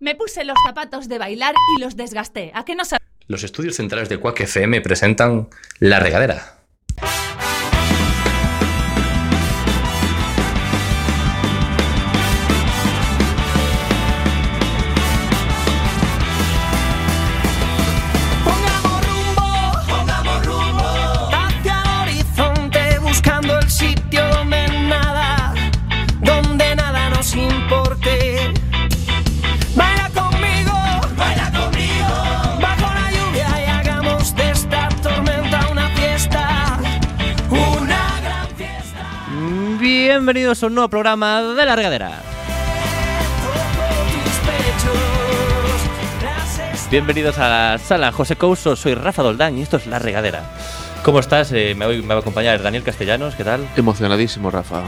Me puse los zapatos de bailar y los desgasté. ¿A qué no sabes? Los estudios centrales de Quack FM presentan La Regadera. Pongamos rumbo, pongamos rumbo hacia el horizonte buscando el sitio donde nada, donde nada nos importe. Baila conmigo, baila conmigo bajo la lluvia y hagamos de esta tormenta una fiesta, una gran fiesta. Bienvenidos a un nuevo programa de La Regadera. Toco tus pechos, las estrellas. Bienvenidos a la sala José Couso, soy Rafa Doldán y esto es La Regadera. ¿Cómo estás? Eh, me, voy- me va a acompañar Daniel Castellanos, ¿qué tal? Emocionadísimo, Rafa.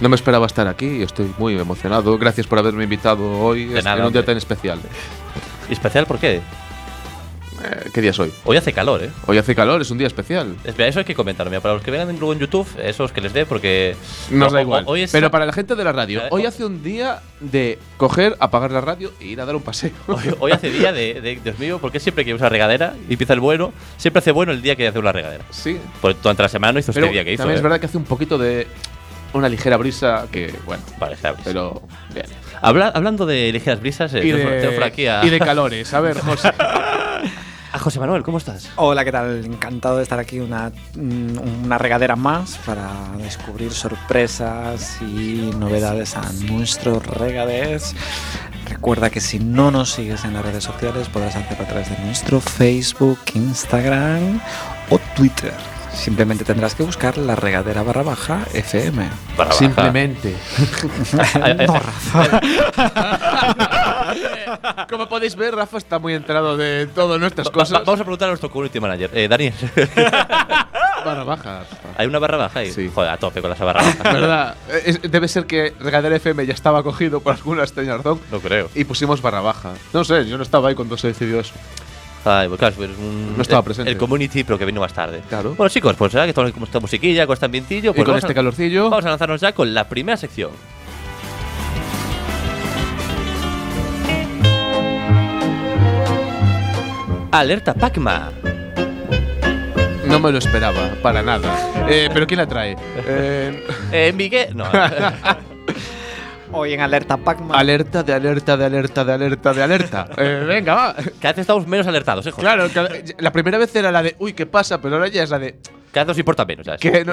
No me esperaba estar aquí y estoy muy emocionado. Gracias por haberme invitado hoy De es- nada, en un hombre. día tan especial. ¿Y especial por qué? Eh, ¿Qué día es hoy? Hoy hace calor, ¿eh? Hoy hace calor, es un día especial. Espera, eso hay que comentarlo. Mira, para los que vengan luego en YouTube, esos que les dé, porque. Nos o- da o- igual. Hoy es Pero para la gente de la radio, Eh, hoy o- hace un día de coger, apagar la radio e ir a dar un paseo. Hoy, hoy hace día de, de- Dios mío, porque siempre que usa regadera y empieza el bueno, siempre hace bueno el día que hace una regadera. sí. Por toda la semana no hizo Pero este día que hizo. también es ¿eh? verdad que hace un poquito de una ligera brisa que, bueno, Vale, está bien. pero bien. Habla- hablando de ligeras brisas, eh, Y tengo- tengo por de, aquí a, y de calores. A ver, José. a José Manuel, ¿cómo estás? Hola, ¿qué tal? Encantado de estar aquí una, mm, una regadera más para descubrir sorpresas y novedades a nuestros regadés. Recuerda que si no nos sigues en las redes sociales podrás hacerlo a través de nuestro Facebook, Instagram o Twitter. Simplemente tendrás que buscar la regadera barra baja FM. Para bajar. Simplemente. no, Rafa. Como podéis ver, Rafa está muy enterado de todas nuestras Va- va- cosas. vamos a preguntar a nuestro community manager. Eh, Daniel, Barra baja. Rafa. ¿hay una barra baja ahí? Sí. Joder, a tope con las barras bajas. ¿Verdad? Es- debe ser que Regadera FM ya estaba cogido por alguna extraña razón No creo. y pusimos barra baja. No sé, yo no estaba ahí cuando se decidió eso. Ay, pues claro, es un- No estaba el- presente. El community, pero que vino más tarde. Claro. Bueno, chicos, pues ahora que estamos con esta musiquilla, con este ambientillo, pues y con vamos este a- calorcillo. Vamos a lanzarnos ya con la primera sección. Alerta Pacma. No me lo esperaba, para nada. Eh, ¿Pero quién la trae? Eh, Eh, Miguel. No. Hoy en Alerta Pacma. alerta de alerta de alerta de alerta de alerta. Eh, venga, va. Cada vez estamos menos alertados, eh, joder. Claro, que- la primera vez era la de uy, ¿qué pasa? Pero ahora ya es la de Cada vez nos importa menos, ¿sabes? que no-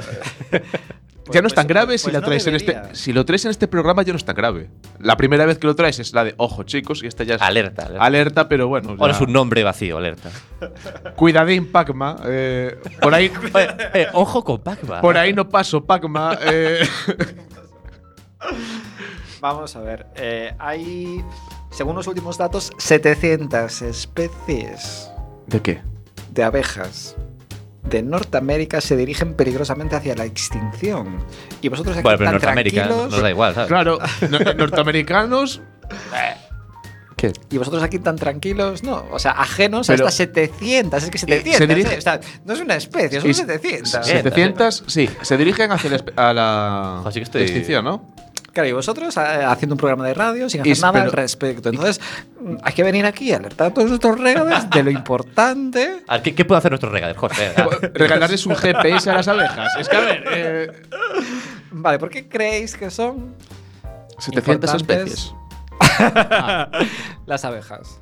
ya no es tan pues- grave pues si la no traes en debería. este si lo traes en este programa ya no es tan grave. La primera vez que lo traes es la de ojo, chicos, y esta ya es Alerta, alerta. Alerta, pero bueno. Ahora ya. es un nombre vacío, alerta. Cuidadín, Pacma. eh, por, ahí, Oye, eh, ojo con ¿eh? Pacma. por ahí no paso, Pacma. eh. Vamos a ver, eh, hay, según los últimos datos, 700 especies ¿De qué? de abejas de Norteamérica se dirigen peligrosamente hacia la extinción. Y vosotros aquí Bueno, pero en tan Norteamérica tranquilos, nos da igual, ¿sabes? Claro, no- norteamericanos. eh. ¿Qué? y vosotros aquí tan tranquilos, no, o sea, ajenos Pero- a estas 700, es que 700, se dirige- eh, o sea, no es una especie, son Y- 700. sí. 700, sí, se dirigen hacia la, espe- a la Así que estoy- extinción, ¿no? Claro, y vosotros eh, haciendo un programa de radio sin hacer Y- nada al pero- respecto. Entonces, mm, hay que venir aquí a alertar a todos nuestros regalos de lo importante. A ver, ¿Qué, qué puede hacer nuestro regadero? Joder, a ver. Regalarles un GPS a las abejas. Es que, a ver, eh, Vale, ¿por qué creéis que son 700 Importantes. especies. las abejas?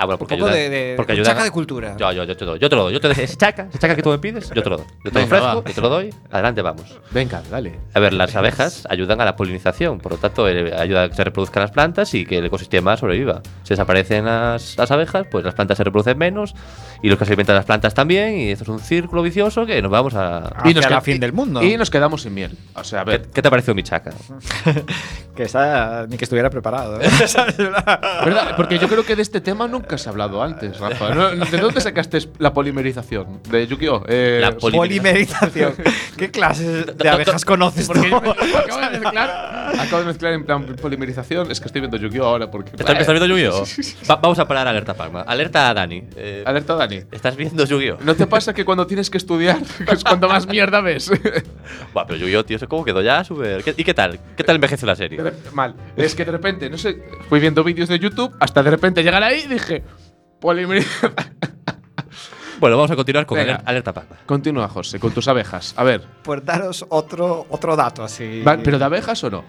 Ah, bueno, porque un poco ayuda. de, de- porque de ayuda- chaca de cultura. Yo, yo, yo te doy, yo te lo doy, yo te doy. Ese chaca, ese chaca que tú me pides, yo te lo doy. Yo te lo Venga, ofrezco, va. yo te lo doy. Adelante, vamos. Venga, dale. A ver, las abejas ayudan a la polinización, por lo tanto, eh, ayuda a que se reproduzcan las plantas y que el ecosistema sobreviva. Si desaparecen las, las abejas, pues las plantas se reproducen menos y los que se alimentan las plantas también, y esto es un círculo vicioso que nos vamos a. Hacia la qued- fin del mundo. Y nos quedamos sin miel. O sea, a ¿Qué, ver. qué te ha parecido mi chaca? Que está, ni que estuviera preparado. ¿eh? ¿Verdad? Porque yo creo que de este tema no, nunca has hablado antes, Rafa. No, no, ¿De dónde sacaste la polimerización? ¿De Yu-Gi-Oh? Eh, La poli- Polimerización. ¿Qué clases de abejas conoces tú? porque yo me- acabo de mezclar. Acabo de mezclar en plan polimerización. Es que estoy viendo Yu-Gi-Oh ahora porque. ¿Estás estás viendo Yu-Gi-Oh? Va- vamos a parar alerta Palma. Alerta a Dani. Eh, Alerta, Dani. ¿Estás viendo Yu-Gi-Oh? ¿No te pasa que cuando tienes que estudiar que es cuando más mierda ves? Buah, pero Yu-Gi-Oh, tío, ¿cómo quedó ya? Súper- ¿Qué- ¿Y qué tal? ¿Qué tal envejece la serie? De rep- Mal. Es que de repente, no sé, fui viendo vídeos de YouTube hasta de repente llegar ahí y dije. Polimerización. Bueno, vamos a continuar con Venga. aler- alerta Palma. Continúa, José, con tus abejas. A ver, Pues daros otro, otro dato así. ¿va- ¿pero de abejas o no?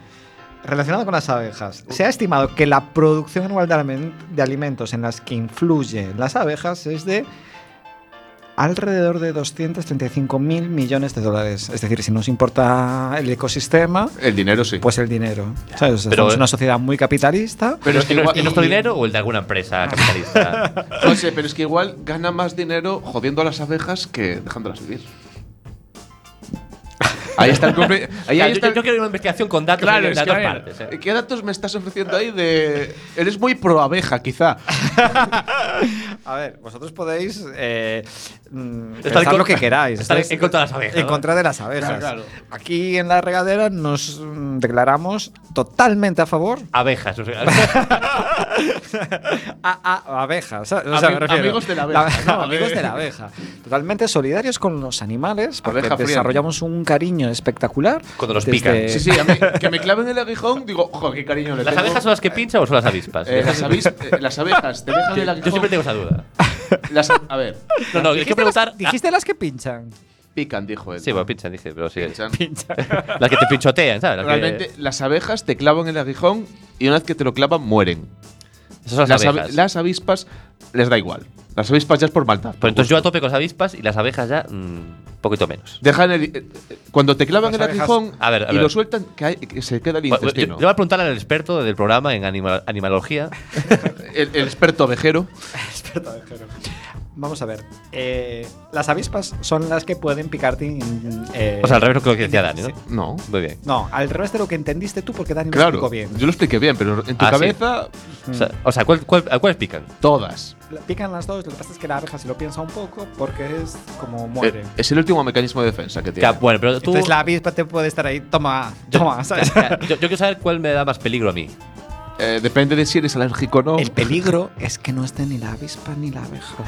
Relacionado con las abejas, se ha estimado que la producción anual de, alimen- de alimentos en las que influyen las abejas es de alrededor de 235 mil millones de dólares. Es decir, si nos importa el ecosistema, El dinero sí. pues el dinero. ¿Sabes? O sea, Pero, somos eh, una sociedad muy capitalista. pero es que ¿Y igual- nuestro dinero o el de alguna empresa capitalista? José, pero es que igual gana más dinero jodiendo a las abejas que dejándolas vivir. Ahí está el compli- ahí, O sea, ahí yo- está yo, el- yo quiero una investigación con datos Claro, de es las que, dos a ver, partes. eh. ¿Qué datos me estás ofreciendo ahí de. Eres muy pro abeja, quizá. A ver, vosotros podéis eh, mm, Estar pensar en lo que contra- queráis. estar Estáis en contra de las abejas, En ¿no? contra de las abejas. Claro, claro. Aquí en la regadera nos mm, declaramos totalmente a favor Abejas. o sea, a, a- abejas. ¿sabes? Ami- amigos de la abeja, ¿no? amigos de la abeja. Totalmente solidarios con los animales porque Abeja fría. desarrollamos un cariño espectacular. Cuando los desde- pican. Sí, sí, a mí, que me claven el aguijón, digo, ojo, qué cariño le Eh. ¿Las tengo". abejas son las que pinchan o son las avispas? Eh, las, avis- eh, las abejas, te dejan el aguijón. Yo siempre tengo esa duda. Las- a ver, No, no, hay que Dijiste las- preguntar. Dijiste las que pinchan. pican, dijo él. Sí, bueno, pinchan, dije, pero sí. Pinchan. Las que te pinchotean, ¿sabes? Las que- Realmente, las abejas te clavan el aguijón y una vez que te lo clavan, mueren. Esas son las Las, abejas. abe- las avispas les da igual. Las avispas ya es por maldad. Pues entonces yo a tope con las avispas y las abejas ya mm, un poquito menos. Dejan el- eh, eh, cuando te clavan Las el abejas- aguijón A ver, a y ver. lo sueltan, cae- que se queda el Bueno, Yo, intestino. yo voy a preguntarle al experto del programa en anima- animalología. el, el experto abejero. Vamos a ver. eh, las avispas son las que pueden picarte. in- eh, O sea, al revés de lo que decía Dani, ¿no? No. Muy bien. No, al revés de lo que entendiste tú, porque Dani lo Claro, explicó bien. yo lo expliqué bien, pero en tu Ah, sí. cabeza, O sea, o sea, ¿cuál, cuál- a cuáles pican? todas. La- Pican las dos, lo que pasa es que la abeja se lo piensa un poco porque es como muere. Eh, es el último mecanismo de defensa que tiene. Ya, bueno, pero tú. Entonces la avispa te puede estar ahí, toma, yo, toma, ¿sabes? ya, yo- yo quiero saber cuál me da más peligro a mí. Eh, depende de si eres alérgico o no. El peligro es que no esté ni la avispa ni la abeja.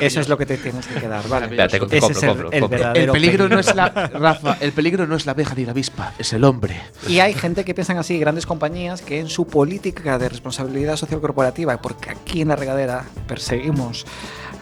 Eso es lo que te tienes que quedar, ¿vale? Espera, te- te Ese compro, es el, compro, el compro. El verdadero peligro no es la Rafa, el peligro no es la abeja ni la avispa, es el hombre. Y hay gente que piensan así, grandes compañías, que en su política de responsabilidad social corporativa, porque aquí en la regadera perseguimos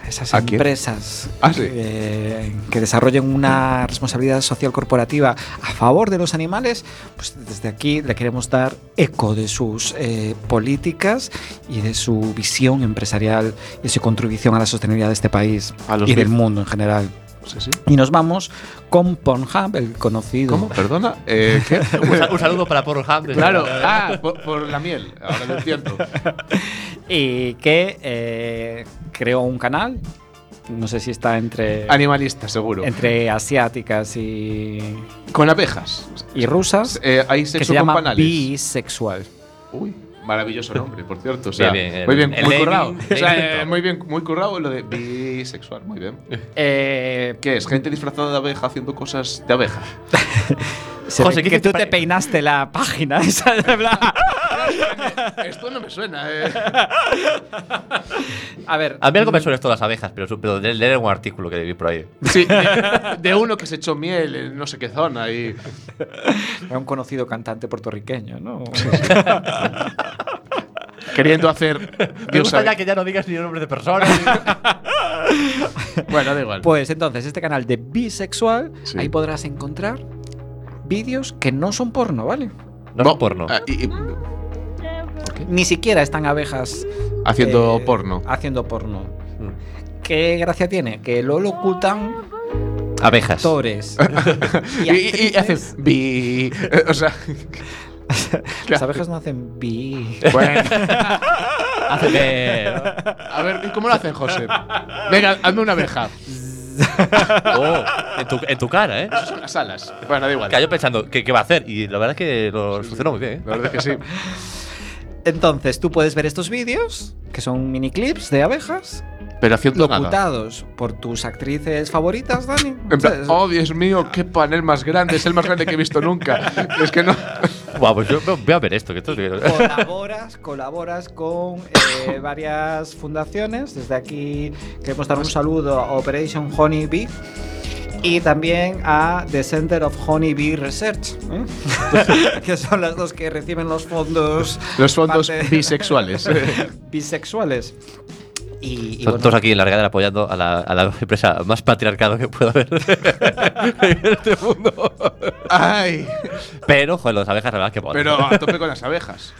a esas ¿A quién? empresas Ah, sí. eh, que desarrollen una responsabilidad social corporativa a favor de los animales, pues desde aquí le queremos dar eco de sus eh, políticas y de su visión empresarial y de su contribución a la sostenibilidad de este país A los y del bif- mundo en general. Sí, sí. Y nos vamos con Pornhub, el conocido. ¿Cómo? Perdona. Eh, ¿qué? Un, sal- un saludo para Pornhub. Claro, ah, por, por la miel, ahora lo entiendo. y que eh, creó un canal, no sé si está entre, Eh, Animalista, seguro. entre asiáticas y, Con abejas. y rusas, Eh, hay que sexo se con llama panales. bisexual. Uy, maravilloso nombre, por cierto. O sea, Bien, bien, muy el- bien, el muy naming- currado. O sea, naming eh, top. muy bien, muy currado lo de bisexual, muy bien. Eh, ¿Qué es? Gente disfrazada de abeja haciendo cosas de abeja. se José, ve ¿qué que te tú pare- te peinaste la página esa de bla- Esto no me suena, eh. A ver, A mí algo me suena esto de las abejas, pero, su- pero de- leer un artículo que vi por ahí. Sí, de, de uno que se echó miel en no sé qué zona y. era un conocido cantante puertorriqueño, ¿no? Queriendo hacer. Me Dios gusta sabe- ya que ya no digas ni nombre de persona. Bueno, da igual. Pues entonces, este canal de bisexual, Sí. ahí podrás encontrar vídeos que no son porno, ¿vale? no, Bo- no, porno. ah, y- y- Ni siquiera están abejas haciendo eh, porno. Haciendo porno. Mm. ¿Qué gracia tiene? Que lo lo ocultan Abejas. actores. Y, y y- y hacen. actrices. Bi. eh, O sea. Las abejas no hacen bi. Bueno, Hace de- a ver, ¿y ¿cómo lo hacen, José? Venga, hazme una abeja. Oh, en, tu, en tu cara, ¿eh? Son las alas. Bueno, da igual. Que yo pensando, ¿qué, qué va a hacer? Y la verdad es que lo solucionó muy bien. ¿eh? La verdad es que sí. Entonces, tú puedes ver estos vídeos, que son mini clips de abejas, Pero haciendo nada. locutados por tus actrices favoritas, Dani. En plan, ¿Sabes? oh, Dios mío, qué panel más grande. Es el más grande que he visto nunca. es que no. Buah, pues yo veo- voy a ver esto, que esto es- colaboras, colaboras con eh, varias fundaciones. Desde aquí queremos dar un saludo a Operation Honey Bee y también a The Center of Honey Bee Research, ¿eh? que son las dos que reciben los fondos Los fondos Parte- bisexuales. bisexuales. Y, y Son bueno, todos aquí en la regadera apoyando a la, a la empresa más patriarcada que pueda haber en este mundo. Ay. Pero, joder, las abejas, la verdad, que bueno. Pero a tope con las abejas.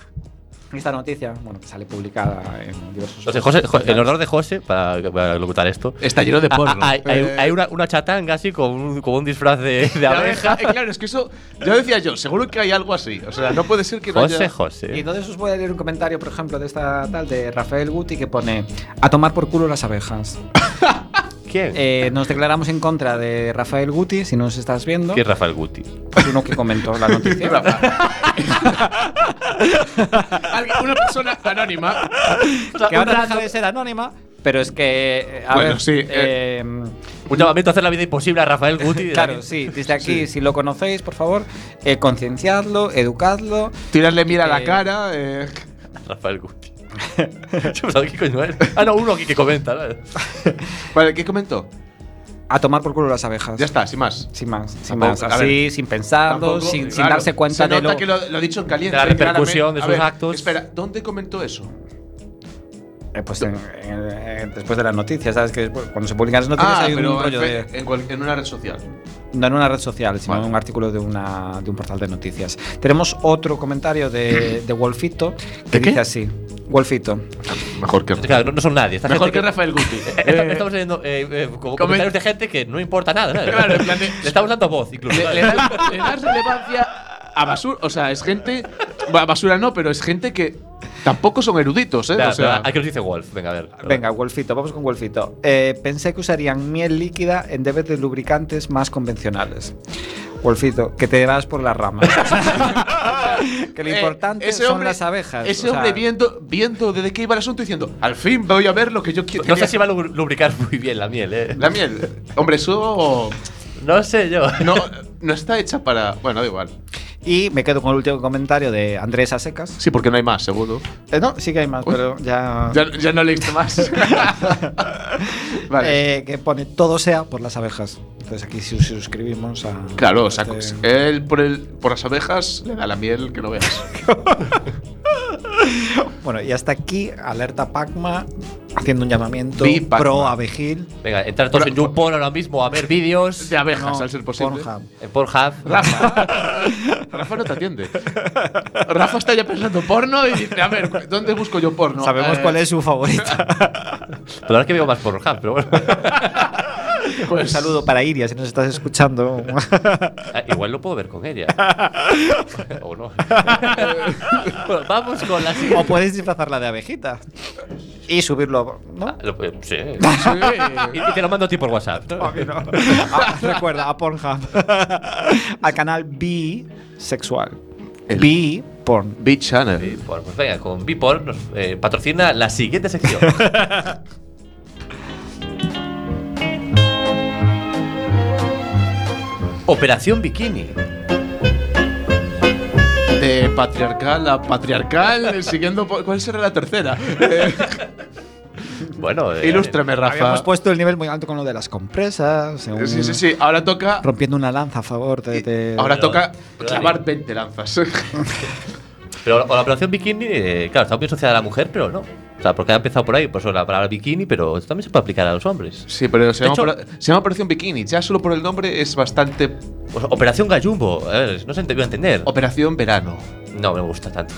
esta noticia bueno, que sale publicada en diversos... O sea, José, Jo- el honor de José, para, para locutar esto. Está lleno de Ah, porno. ah, Hay, hay- Eh. hay una, una chatanga así con un, con un disfraz de, de abeja. Eh, claro, es que eso. Ya decía yo, seguro que hay algo así. O sea, no puede ser que no José, haya. Y José. entonces os voy a leer un comentario, por ejemplo, de esta tal de Rafael Guti que pone a tomar por culo las abejas. ¿Quién? Eh, nos declaramos en contra de Rafael Guti, si nos estás viendo. ¿Quién es Rafael Guti? Pues uno que comentó la noticia. Alguien- Una persona anónima. que ahora deja de ser anónima, pero es que. eh, A Bueno, ver, sí, eh, eh, Un llamamiento a hacer la vida imposible a Rafael Guti. claro, sí. Desde aquí, si lo conocéis, por favor, eh, concienciadlo, educadlo. Tirarle mira a Eh. la cara. eh. Rafael Guti. Yo pensaba, ¿qué coño es? Ah, no, uno aquí que comenta. ¿no? Vale, ¿qué comentó? A tomar por culo las abejas. Ya está, sin más. Sin más, sin Tampoco, más. a Así, sin pensarlo, Tampoco, sin, sin claro, darse cuenta se de nota lo. que lo, lo ha dicho en caliente. de la claramente. repercusión de A sus ver, actos. Espera, ¿dónde comentó eso? Eh, pues en- en- en- después de las noticias, ¿sabes? Que después- cuando se publican las noticias hay un rollo Ah, en, de. fe- en cual- en una red social. No en una red social, sino Vale. en un artículo de, una, de un portal de noticias. Tenemos otro comentario de, de Wolfito que ¿De qué? dice así. Wolfito. Mejor que. Claro, no, no son nadie. Esta Mejor gente que Rafael Guti. Estamos, estamos leyendo eh, eh, como comentarios de gente que no importa nada. ¿sabes? Claro, en plan de- Le estamos dando voz, incluso. le, ¿sabes? le das, le das relevancia a basura. O sea, es gente. ba- Basura no, pero es gente que tampoco son eruditos, ¿eh? Claro, o sea, ¿A qué nos dice Wolf? Venga, a ver. Venga, Wolfito, vamos con Wolfito. Eh, pensé que usarían miel líquida en vez de lubricantes más convencionales. Wolfito, que te vas por las ramas. que lo eh, importante ese son hombre- las abejas. Ese o sea, hombre viendo, viendo desde qué iba el asunto diciendo: Al fin voy a ver lo que yo quiero. No sé si va a lu- lubricar muy bien la miel, ¿eh? La miel. Hombre, eso. No sé yo. No, no está hecha para. Bueno, da igual. Y me quedo con el último comentario de Andrés Asecas. Sí, porque no hay más, seguro. Eh, no, sí que hay más, Uy. pero ya. Ya, ya no leíste más. vale. Eh, que pone todo sea por las abejas. Entonces aquí sí suscribimos a. Claro, o a sea, pues este- él por, el, por las abejas le da la miel que no veas. Bueno, y hasta aquí, alerta Pacma, haciendo un llamamiento Vi Pacma. pro abejil. Venga, entrar todos en Pero- YouPorn ahora mismo a ver vídeos. De abejas, No, al ser posible. Pornhub. En Pornhub. Rafa. Rafa no te atiende. Rafa está ya pensando porno y dice, a ver, ¿dónde busco yo porno? Sabemos Eh, cuál es su favorita. La verdad es que veo más Pornhub, pero bueno. pues- Un saludo para Iria, si nos estás escuchando. Ah, Igual lo puedo ver con ella. o no. Bueno, vamos con la o siguiente. puedes disfrazarla de abejita. Y subirlo, Ah. ¿no? Lo- eh, Sí. Sí. Y y te lo mando a ti por WhatsApp. ¿no? Ah, recuerda, a Pornhub. Al canal B sexual. B porn. Beat Channel. Vipor, Pues venga, con Vipor nos eh, patrocina la siguiente sección. Operación Bikini. De patriarcal a patriarcal, eh, siguiendo. por- ¿Cuál será la tercera? Eh, Bueno, eh, ilústrame, Rafa. Habíamos puesto el nivel muy alto con lo de las compresas. según- Ah. Sí, sí, sí. Ahora toca. Rompiendo una lanza a favor de. de- Ahora Pero- toca pero- clavar 20 lanzas. Pero la, la operación bikini, eh, claro, está muy asociada a la mujer, pero no. O sea, porque ha empezado por ahí, por eso la palabra bikini, pero esto también se puede aplicar a los hombres. Sí, pero se De llama, hecho- opera- se llama Operación Bikini. Ya solo por el nombre es bastante. O sea, Pues, operación Gallumbo, a ver, no se ent- iba a entender. Operación Verano. No me gusta tanto.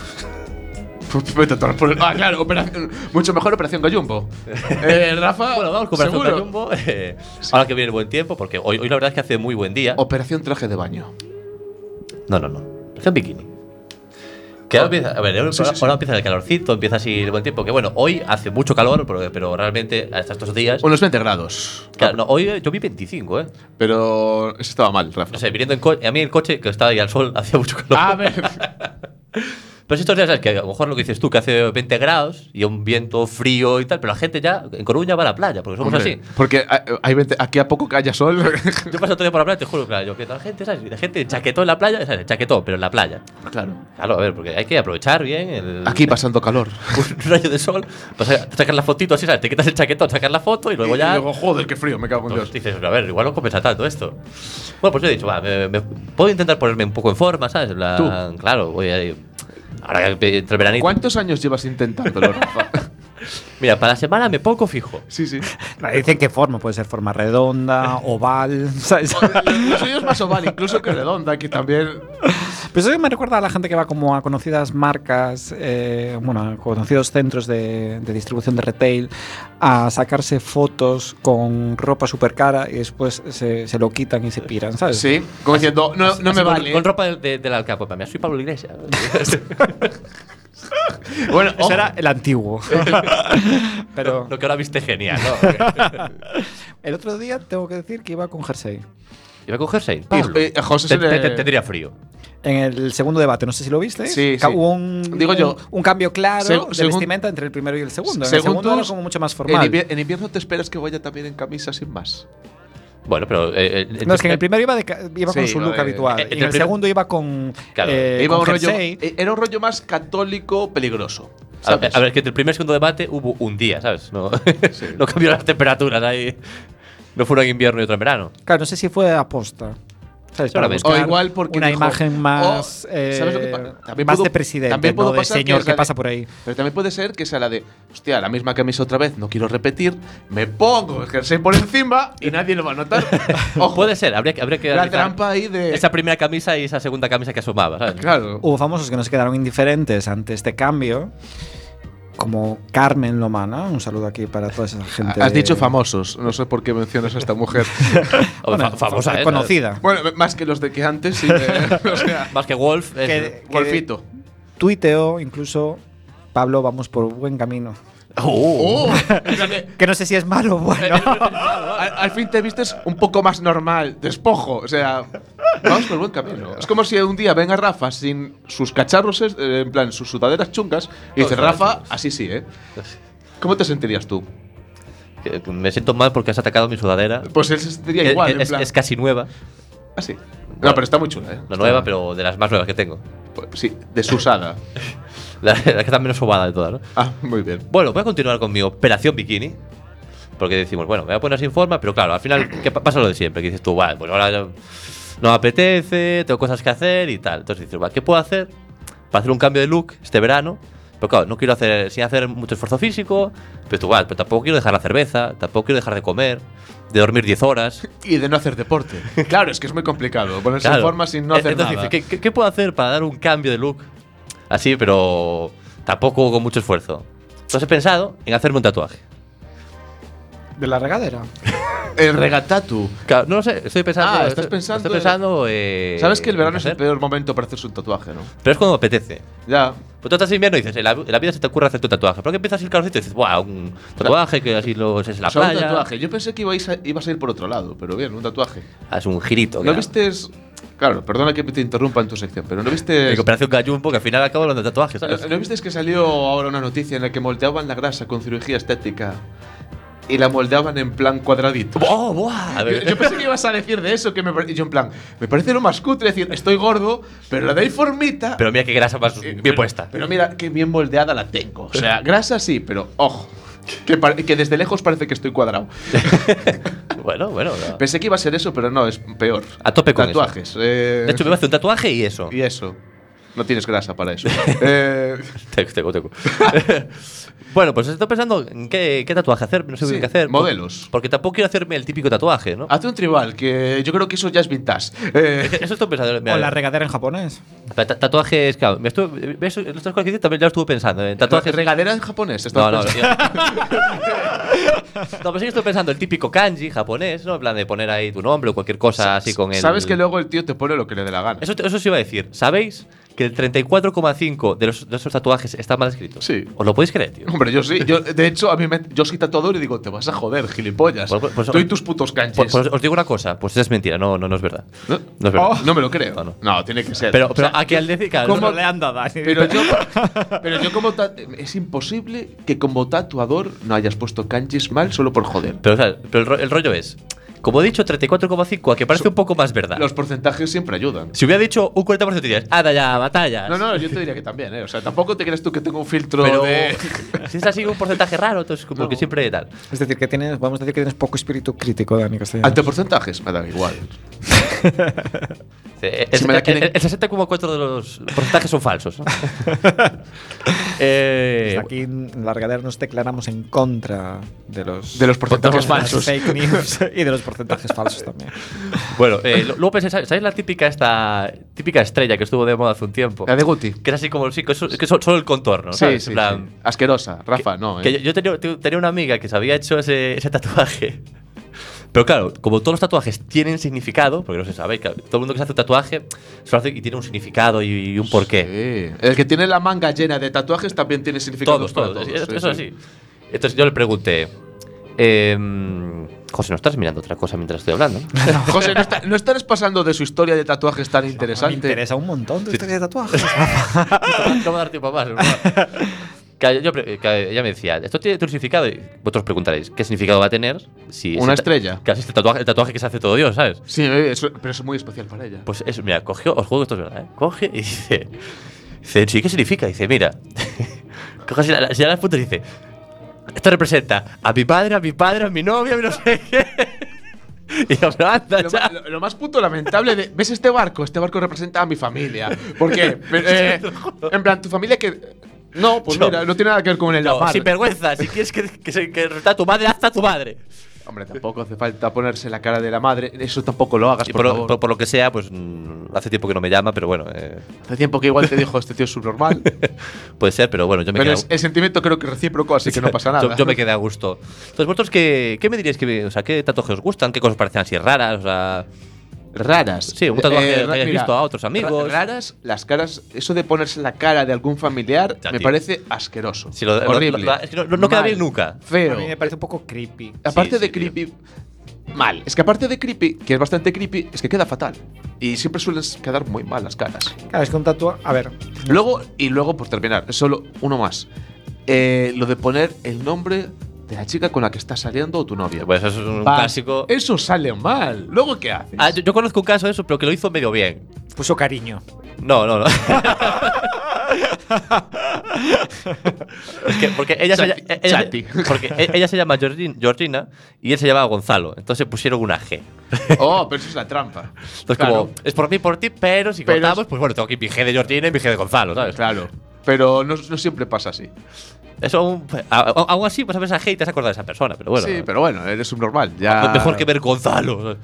Vete a tomar por el- Ah, claro, operación- mucho mejor Operación Gallumbo. Eh, Rafa, Bueno, vamos con operación seguro. Gallumbo. eh, ahora que viene el buen tiempo, porque hoy, hoy la verdad es que hace muy buen día. Operación Traje de Baño. No, no, no. Operación bikini. Que ahora empieza, a ver, ahora, Ah, Sí, sí, sí. ahora empieza el calorcito, empieza así el buen tiempo. Que bueno, hoy hace mucho calor, pero, pero realmente hasta estos días. Unos 20 grados. Claro, no, hoy eh, yo vi 25, ¿eh? Pero eso estaba mal, Rafa. Ah, pues No sé, viniendo en coche. A mí el coche que estaba ahí al sol hacía mucho calor. A ver. Pero si estos días, ¿sabes? Que a lo mejor lo que dices tú, que hace 20 grados y un viento frío y tal, pero la gente ya en Coruña va a la playa, porque somos Hombre, así. Porque ah, hay veinte- aquí a poco que haya sol. Yo paso otro día por la playa, te juro, claro, yo que la gente, ¿sabes? La gente chaquetó en la playa, ¿sabes? Chaquetó, pero en la playa. claro. Claro, a ver, porque hay que aprovechar bien el, Aquí pasando calor. un rayo de sol, pasar- te sacas la fotito así, ¿sabes? Te quitas el chaquetón, sacas la foto y luego Y ya. luego, joder, qué frío, me cago en Entonces Dios. dices, a ver, igual no compensa tanto esto. Bueno, pues yo he dicho, va, me- me- puedo intentar ponerme un poco en forma, ¿sabes? En plan, Claro, voy a ir. Ahora que entre el veranito. ¿Cuántos años llevas intentándolo, Rafa? Mira, para la semana me pongo fijo. Sí, sí. Dicen qué forma, puede ser forma redonda, oval, ¿sabes? Los suyos más oval, incluso que redonda, que también. Pero eso me recuerda a la gente que va como a conocidas marcas, eh, bueno, a conocidos centros de, de distribución de retail, a sacarse fotos con ropa súper cara y después se, se lo quitan y se piran, ¿sabes? Sí, como diciendo, no, no me Así, con- vale. Con ropa de, de, de la alcapota. Mira, soy Pablo Iglesias. Bueno, Ese era el antiguo. Pero Lo que ahora viste genial, ¿no? el otro día tengo que decir que iba con jersey. Iba a coger seis. ojo, Pablo. eh, eh, José Te- se le- te- te- Tendría frío. En el segundo debate, no sé si lo viste, Sí, ca- sí. hubo un, Digo yo, un, un cambio claro seg- de según- vestimenta entre el primero y el segundo. En el según segundo tú, era como mucho más En, formal. invier- en invierno te esperas que vaya también en camisa sin más. Bueno, pero. eh, eh, No, es que en el primero iba, de ca- iba con Sí, su look iba de- habitual. eh, y en del el primer- segundo iba con. Claro, eh, Iba con un rollo, jersey. eh, era un rollo más católico peligroso. A, ¿sabes? a ver, que entre el primer y segundo debate hubo un día, ¿sabes? No, no cambió las temperaturas ahí. No fue uno en invierno y otro en verano. Claro, no sé si fue aposta. ¿Sabes? Para Seguramente. o buscar igual porque una dijo- imagen más, o, eh, ¿sabes lo que pa- también más pudo- de presidente, también pudo no de pasar que señor es que, la de- pasa por ahí. Pero también puede ser que sea la de, hostia, la misma camisa otra vez, no quiero repetir, me pongo el jersey por encima y nadie lo va a notar. Ojo, Puede ser, habría que. Habría que la analizar trampa ahí de. Esa primera camisa y esa segunda camisa que asomaba, ¿sabes? Claro. Hubo famosos que no se quedaron indiferentes ante este cambio, como Carmen Lomana. Un saludo aquí para toda esa gente. Has de- dicho famosos, no sé por qué mencionas a esta mujer. O Bueno, fa- famosa, ¿eh? Conocida. bueno, más que los de que antes, sí. eh, o sea, Más que Wolf. es- Que- golfito. Tuiteó incluso. Pablo, vamos por buen camino. Uh. Oh. Que no sé si es malo o bueno. al, al fin te vistes un poco más normal, despojo. O sea, vamos por buen camino. Es como si un día venga Rafa sin sus cacharros, eh, en plan, sus sudaderas chungas, y dice, Rafa, así sí, ¿eh? Pues ¿Cómo te sentirías tú? que- que me siento mal porque has atacado mi sudadera. Pues él se sentiría Que- igual, que en es, plan. es casi nueva. así. No, pero está muy chula, ¿eh? No nueva, pero de las más nuevas que tengo. Pues Sí, desusada. La, la que está menos sobada de todas, ¿no? ah, muy bien. Bueno, voy a continuar con mi operación bikini. Porque decimos, bueno, me voy a poner sin forma, pero claro, al final ¿qué pa- pasa lo de siempre. Que dices tú, vale, pues ahora ya no me apetece, tengo cosas que hacer y tal. Entonces dices, va, ¿qué puedo hacer para hacer un cambio de look este verano? Pero claro, no quiero hacer, sin hacer mucho esfuerzo físico, pero tú, vale, pero tampoco quiero dejar la cerveza, tampoco quiero dejar de comer, de dormir 10 horas. Y de no hacer deporte. Claro, es que es muy complicado ponerse Claro. en forma sin no hacer Entonces nada. dices, ¿qué- qué, qué puedo hacer para dar un cambio de look? Así, pero tampoco con mucho esfuerzo. Entonces he pensado en hacerme un tatuaje. De la regadera. El regatatu. Claro, no lo sé, estoy pensando. Ah, estoy- estás pensando Estoy pensando. eh, Sabes que el verano en es el hacer, peor momento para hacerse un tatuaje, ¿no? Pero es cuando me apetece. Ya. Pues tú estás en invierno y dices, en la, en la vida se te ocurre hacer tu tatuaje. Pero que empiezas el calorcito y dices, ¡buah! Un tatuaje que así lo es en la O sea, un playa. tatuaje. Yo pensé que ibais a- ibas a ir por otro lado, pero bien, un tatuaje. Ah, Es un girito. ¿No claro. viste? Claro, perdona que te interrumpa en tu sección, pero ¿no viste? Recuperación Cayumbo, que al final acabo hablando de tatuajes. ¿sabes? ¿No, viste que salió ahora una noticia en la que moldeaban la grasa con cirugía estética y la moldeaban en plan cuadradito? ¡Oh, buah! A Yo, ver, yo pensé que ibas a decir de eso, que me pare- y yo en plan, me parece lo más cutre decir, estoy gordo, pero la de formita. pero mira qué grasa más eh, bien pero- puesta. Pero mira, qué bien moldeada la tengo. O sea, grasa sí, pero ojo, que, pare- que desde lejos parece que estoy cuadrado. bueno, bueno. no. Pensé que iba a ser eso, pero no, es peor. A tope con eso. Tatuajes. eh, De hecho, me voy a hacer un tatuaje y eso. y eso. No tienes grasa para eso. Eh, Tengo, tengo, tengo. bueno, pues estoy pensando en qué, qué tatuaje hacer, no sé Sí, qué hacer. modelos. Ah. Porque tampoco quiero hacerme el típico tatuaje, ¿no? hazte un tribal, que yo creo que eso ya es vintage. Eh, Eso estoy pensando. mira, O la regadera en japonés. Ta- ta- Tatuajes, claro. Me estuve, ¿ves? Las otras cosas que hice también ya lo estuve pensando. En tatuajes. ¿Regadera en japonés? estás No, no, no. pensando. No, pues sí que estoy pensando el típico kanji japonés, ¿no? En plan de poner ahí tu nombre o cualquier cosa así con él. Sabes que luego el tío te pone lo que le dé la gana. Eso, te- eso os iba a decir. ¿Sabéis que el 34,5% de, los- de esos tatuajes están mal escritos. Sí. ¿Os lo podéis creer, tío? Hombre, yo sí. Yo, de hecho, a mí me, yo soy tatuador y digo, te vas a joder, gilipollas. Pues- pues- Doy tus putos canches. Pues- pues os digo una cosa, pues es mentira, no, no, no es verdad. ¿No? No es verdad. Oh, no me lo creo. No, No, Ah, no. tiene que ser. Pero, O pero sea, aquí al decir, claro, ¿cómo no- le han dado a pero yo, pero yo como ta- es imposible que como tatuador no hayas puesto kanjis mal solo por joder. pero, o sea, pero el, ro- el rollo es, como he dicho, 34,5, a que parece un poco más verdad. Los porcentajes siempre ayudan. Si hubiera dicho un 40% te dirías, anda ya, batallas. No, no, yo te diría que también, ¿eh? O sea, tampoco te crees tú que tengo un filtro Pero de... si es así un porcentaje raro, entonces como que siempre tal. Es decir, que tienes, vamos a decir que tienes poco espíritu crítico, Dani Castellanos. Ante porcentajes, me da igual. Eh, El, Si me la el- quieren- el- el 60,4 de los porcentajes son falsos. ¿no? Eh, Desde aquí en Largadera nos declaramos en contra de los, De los de porcentajes las falsos. fake news y de los porcentajes falsos también. Bueno, eh, lo- luego pensé, ¿sabes ¿sabes la típica esta típica estrella que estuvo de moda hace un tiempo? La de Guti. Que es así como, sí, que es que es solo el contorno, Sí, ¿sabes? sí, En plan, sí. Asquerosa, Rafa, que- no, ¿eh? que yo, yo tenía, te- tenía una amiga que se había hecho ese, ese tatuaje. Pero claro, como todos los tatuajes tienen significado, porque no se sabe, claro, todo el mundo que se hace un tatuaje se lo hace y tiene un significado y, y un porqué. Sí. El que tiene la manga llena de tatuajes también tiene significado todos, para todos. todos, es- sí, eso sí. sí. Entonces yo le pregunté, em, José, ¿no estás mirando otra cosa mientras estoy hablando? José, ¿no, está- no estarás pasando de su historia de tatuajes tan Me interesante? interesa un montón tu historia de tatuajes. no va a dar tiempo a más. ¿verdad? Que yo pre- que ella me decía, esto tiene un significado. Y vosotros preguntaréis, ¿qué significado va a tener? Si ese Una ta- estrella. Casi este tatuaje, el tatuaje que se hace todo Dios, ¿sabes? Sí, eh, eso- pero es muy especial para ella. Pues eso, mira, cogió, os juego que esto es verdad, ¿eh? Coge y dice, dice, sí, ¿qué significa? Dice, mira, coge así la- la- señala las puntas y dice, esto representa a mi padre, a mi padre, a mi novia, a mi no sé qué. Y yo, pero anda, Lo, ya. ma- lo- lo más puto lamentable de. ¿Ves este barco? Este barco representa a mi familia. ¿Por qué? Pero, eh, en plan, tu familia que. No, pues Yo- mira, no tiene nada que ver con el No, amar. sin vergüenza, si quieres que, que, se- que resulta tu madre, hasta tu madre. Hombre, tampoco hace falta ponerse la cara de la madre. Eso tampoco lo hagas, Y por, por, lo- favor. por- por lo que sea, pues mm, hace tiempo que no me llama, pero bueno, eh, Hace tiempo que igual te dijo este tío es subnormal. puede ser, pero bueno, yo me pero quedé es- el sentimiento creo que recíproco, así que no pasa nada. yo, yo me quedé a gusto. Entonces, vosotros qué, qué me diríais que, o sea, qué tatuajes os gustan, qué cosas parecen así raras, o sea, Raras. Sí, un tatuaje que Eh, ra- hayas visto a otros amigos. ra- Raras, las caras. Eso de ponerse la cara de algún familiar Ya, me tío. parece asqueroso. Sí, lo- lo- horrible. lo- es que no- no- no queda Mal, bien nunca. Feo. A mí me parece un poco creepy. Aparte sí, de tío. creepy. Mal. Es que aparte de creepy, que es bastante creepy, es que queda fatal. Y siempre suelen quedar muy mal las caras. Claro, es que un tatuaje. A ver, Luego, y luego por terminar, solo uno más. Eh, lo de poner el nombre de la chica con la que estás saliendo o tu novia. pues eso es un Va, clásico. Eso sale mal. Luego, ¿qué haces? Ah, yo, yo conozco un caso de eso, pero que lo hizo medio bien. puso cariño. No, no, no. es que porque ella, se, Chati- lla- ella- Chati. porque e- ella se llama Georgin- Georgina y él se llamaba Gonzalo. Entonces pusieron una G. Oh, pero eso es la trampa. Entonces, Claro. como, es por mí, por ti, pero si Pero- cortamos, pues bueno, tengo aquí mi G de Georgina y mi G de Gonzalo, ¿sabes? Claro. Pero no, no siempre pasa así. Eso aún, pues, a- a- aún así vas a ver esa G y te has acordado de esa persona, pero bueno. sí, pero bueno, eres subnormal. Ya... Mejor que ver Gonzalo.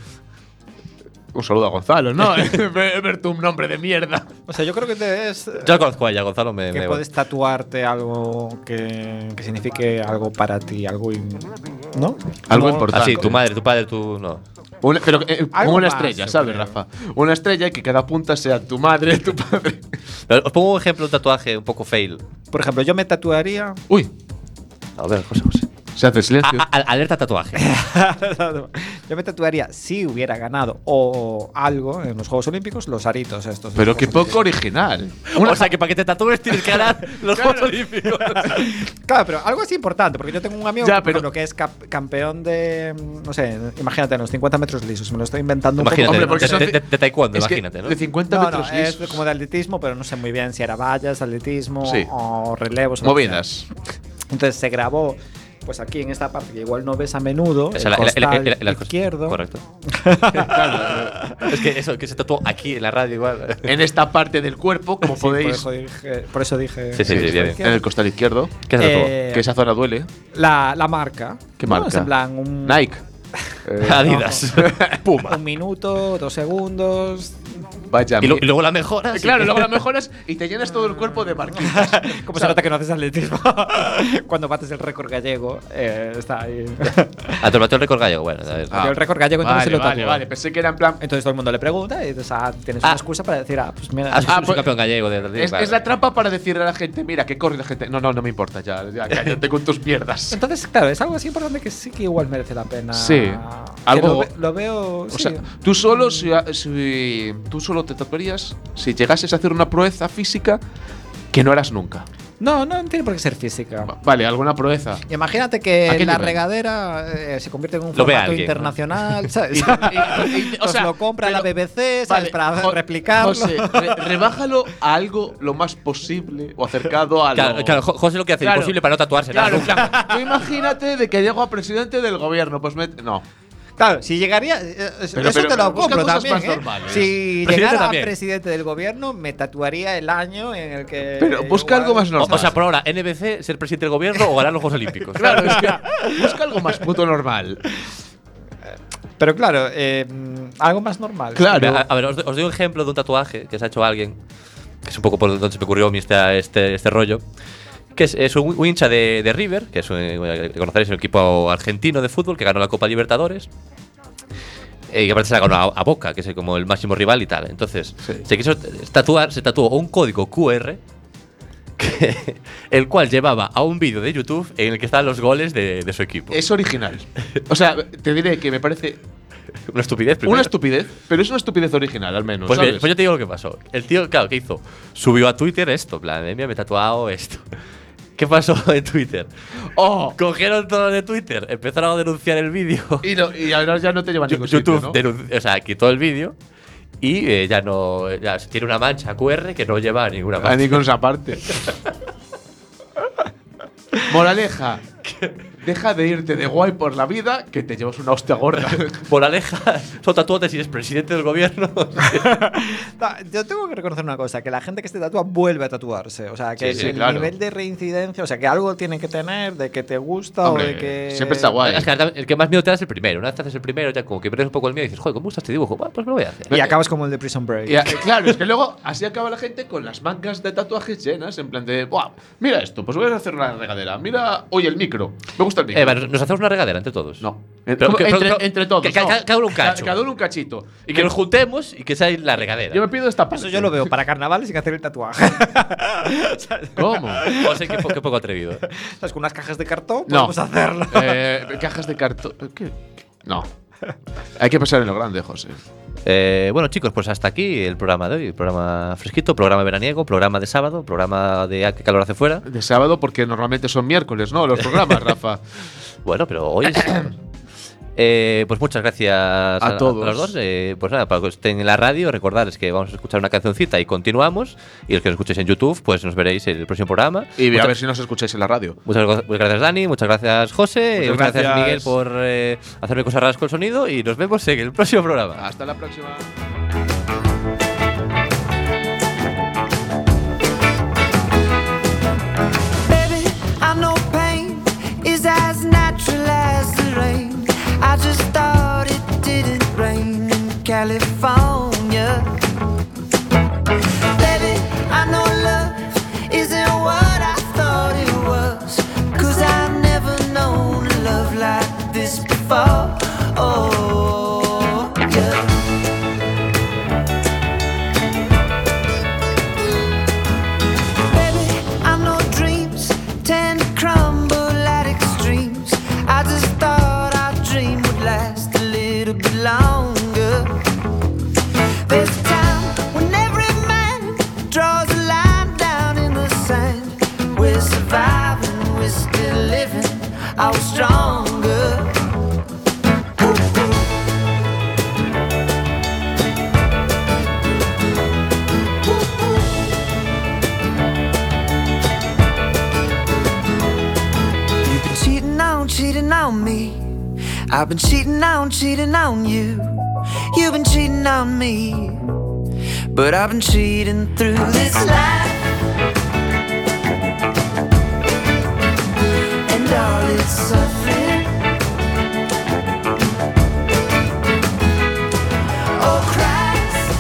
Un saludo a Gonzalo, ¿no? Ver ver tu nombre de mierda. O sea, yo creo que te es. eh, Yo la conozco a ella, Gonzalo me. Que me- puedes tatuarte algo que, que signifique algo para ti, algo. in- ¿No? Algo No, importante. Ah, sí, tu madre, tu padre, tú. No. Una, pero eh, Algo una más, estrella, yo ¿sabes, creo. Rafa? Una estrella que cada punta sea tu madre, tu padre. Pero os pongo un ejemplo, un tatuaje un poco fail. Por ejemplo, yo me tatuaría. Uy, A ver, José, José. se hace silencio. A- a- Ah, alerta tatuaje. yo me tatuaría si hubiera ganado o algo en los Juegos Olímpicos, los aritos estos. pero qué poco original. Una- O sea, que para que te tatúes tienes que ganar los Juegos Olímpicos. Claro, pero algo así importante, porque yo tengo un amigo Ya, que, por pero- ejemplo, que es cap- campeón de. mm, No sé, imagínate, en los 50 metros lisos. Me lo estoy inventando un poco. Imagínate, Hombre, Hombre, porque de, son de- ci- de- de taekwondo, es que imagínate, ¿no? De 50 No, no, metros es lisos. como de atletismo, pero no sé muy bien si era vallas, atletismo Sí. o relevos. o lo que Movidas. sea. Entonces se grabó, pues aquí en esta parte que igual no ves a menudo, O el, sea, la- el- el- costal el- el arco- izquierdo. Correcto. es que eso, que se tatuó aquí en la radio igual. En esta parte del cuerpo, como Sí, podéis. Por eso dije. por eso dije- Sí, sí, sí, bien, bien. En el costal izquierdo. ¿Qué se tatuó? Eh, Que esa zona duele. la, la marca. ¿Qué No, marca? es en plan un, Nike. Eh, Adidas. un minuto, dos segundos, Vaya Y, lo- mierda. y luego la mejoras. Claro, luego la mejoras y te llenas todo el cuerpo de marquitas. Como se nota que no haces atletismo cuando bates el récord gallego. eh, está ahí. A tu el récord gallego, bueno. a ver. Ah. Yo el récord gallego entonces Vale, se lo vale, tatúo. vale. Pensé que era en plan. Entonces todo el mundo le pregunta y dices, ah, tienes pues- Ah. una excusa para decir, ah, pues mira, Ah, soy pues- campeón gallego de atletismo, Es, vale. es la trampa para decirle a la gente, mira, que corre la gente. No, no, no me importa, ya, ya cállate con tus mierdas. Entonces, claro, es algo así importante que sí que igual merece la pena. Sí. Que Algo- Lo, ve- lo veo. O Sí. sea, tú solo, si, si- tú solo te tatuarías si llegases a hacer una proeza física que no harás nunca. no, no tiene por qué ser Ah. física. Va- Vale, alguna proeza. Imagínate que ¿A qué Eh, la nivel? regadera eh, se convierte en un Lo ve formato alguien, ¿no? internacional, ¿sabes? y- y- o Nos sea, lo compra la pero- BBC, ¿sabes? Vale, para Jo- replicarlo. José, re- rebájalo a algo lo más posible o acercado a Claro, lo... claro, Jo- José lo que hace Claro. imposible para no tatuarse. Claro, nada. claro. Tú imagínate de que llego a presidente del gobierno, pues me... No. Claro, si llegaría. eh, eso Pero- pero- te lo busca compro cosas también. más ¿eh? normales. Si Presidente llegara a también. presidente del gobierno, me tatuaría el año en el que. Pero busca Eh, igual- algo más O, normal. o sea, por ahora, NBC, ser presidente del gobierno o ganar los Juegos Olímpicos. Claro, es que busca algo más puto normal. Pero claro, eh, algo más normal. Claro. A, a ver, os, do- os doy un ejemplo de un tatuaje que se ha hecho alguien, que es un poco por donde se me ocurrió a mí este, este, este rollo, que es, es un, un hincha de, de River, que es un, eh, conoceréis un equipo argentino de fútbol que ganó la Copa Libertadores. eh, Y aparte se la ganó a, a Boca, que es como el máximo rival y tal. Entonces, se quiso tatuar, se tatuó un código QR, que- el cual llevaba a un vídeo de YouTube en el que estaban los goles de, de su equipo. Es original. O sea, te diré que me parece una estupidez, primero. una estupidez, pero es una estupidez original, al menos. Pues, ¿sabes? bien, pues yo te digo lo que pasó. El tío, claro, ¿qué hizo? Subió a Twitter esto, en plan, eh, mira, me he tatuado esto. ¿Qué pasó en Twitter? ¡Oh! Cogieron todo de Twitter, empezaron a denunciar el vídeo. Y, no- y ahora ya no te llevan a Yo- ningún sitio, YouTube, ¿no? denun- o sea, quitó el vídeo y eh, ya no. ya se tiene una mancha QR que no lleva a ninguna A parte. Ah, ningún aparte. Moraleja. Deja de irte de guay por la vida que te llevas una hostia gorda. Por aleja, son tatuates y eres presidente del gobierno. Ta- Yo tengo que reconocer una cosa, que la gente que se tatúa vuelve a tatuarse. O sea, que Sí, sí, el claro. nivel de reincidencia, o sea, que algo tiene que tener de que te gusta o Hombre, de que... siempre está guay. Es que el que más miedo te da es el primero. Una vez te haces el primero, ya como que pierdes un poco el miedo y dices, joder, ¿cómo me gusta este dibujo? Bueno, pues me lo voy a hacer. Y acabas como el de Prison Break. Y, eh, claro, es que luego así acaba la gente con las mangas de tatuajes llenas, en plan de, ¡buah! Mira esto, pues voy a hacer una regadera. Mira, oye, el micro. Me gusta el micro. Eh, vale, nos hacemos una regadera entre todos. No. Pero Como que- entre, pero- entre todos. que- que- no. cada- cada uno un Ca- cacho. Cada uno un cachito. Y que nos juntemos y que sea la regadera. Yo me pido esta parte. Eso yo lo veo para carnavales sin hacer el tatuaje. ¿Cómo? José, qué, po- qué poco atrevido. ¿Sabes? Con unas cajas de cartón No. podemos hacerlo. Eh, cajas de cartón. ¿Qué? No. Hay que pensar en lo grande, José. Eh, bueno, chicos, pues hasta aquí el programa de hoy. Programa fresquito, programa veraniego, programa de sábado, programa de ah, qué calor hace fuera. De sábado, porque normalmente son miércoles, ¿no? Los programas, Rafa. Bueno, pero hoy es. sábado. Eh, pues muchas gracias a, todos. los dos. Eh, pues nada, para que estén en la radio, recordarles que vamos a escuchar una cancioncita y continuamos. Y los que nos escuchéis en YouTube, pues nos veréis en el próximo programa. Y a Muchas- ver si nos escucháis en la radio. Muchas, gra- muchas gracias, Dani. Muchas gracias, José. Muchas Muchas gracias, gracias. Miguel, por eh, hacerme cosas raras con el sonido. Y nos vemos en el próximo programa. Hasta la próxima. Baby, I know pain is as natural as the rain. I just thought it didn't rain in California. Baby, I know love isn't what I thought it was. Cause I've never known a love like this before. Oh, yeah. Baby, I know dreams tend to crumble at extremes. I just thought our dream would last a little bit longer. There's a time when every man draws a line down in the sand. We're surviving, we're still living, all stronger. Ooh, ooh. You've been cheating on, cheating on me. I've been cheating on, cheating on you. You've been cheating on me. But I've been cheating through this life. And all its suffering. Oh, Christ.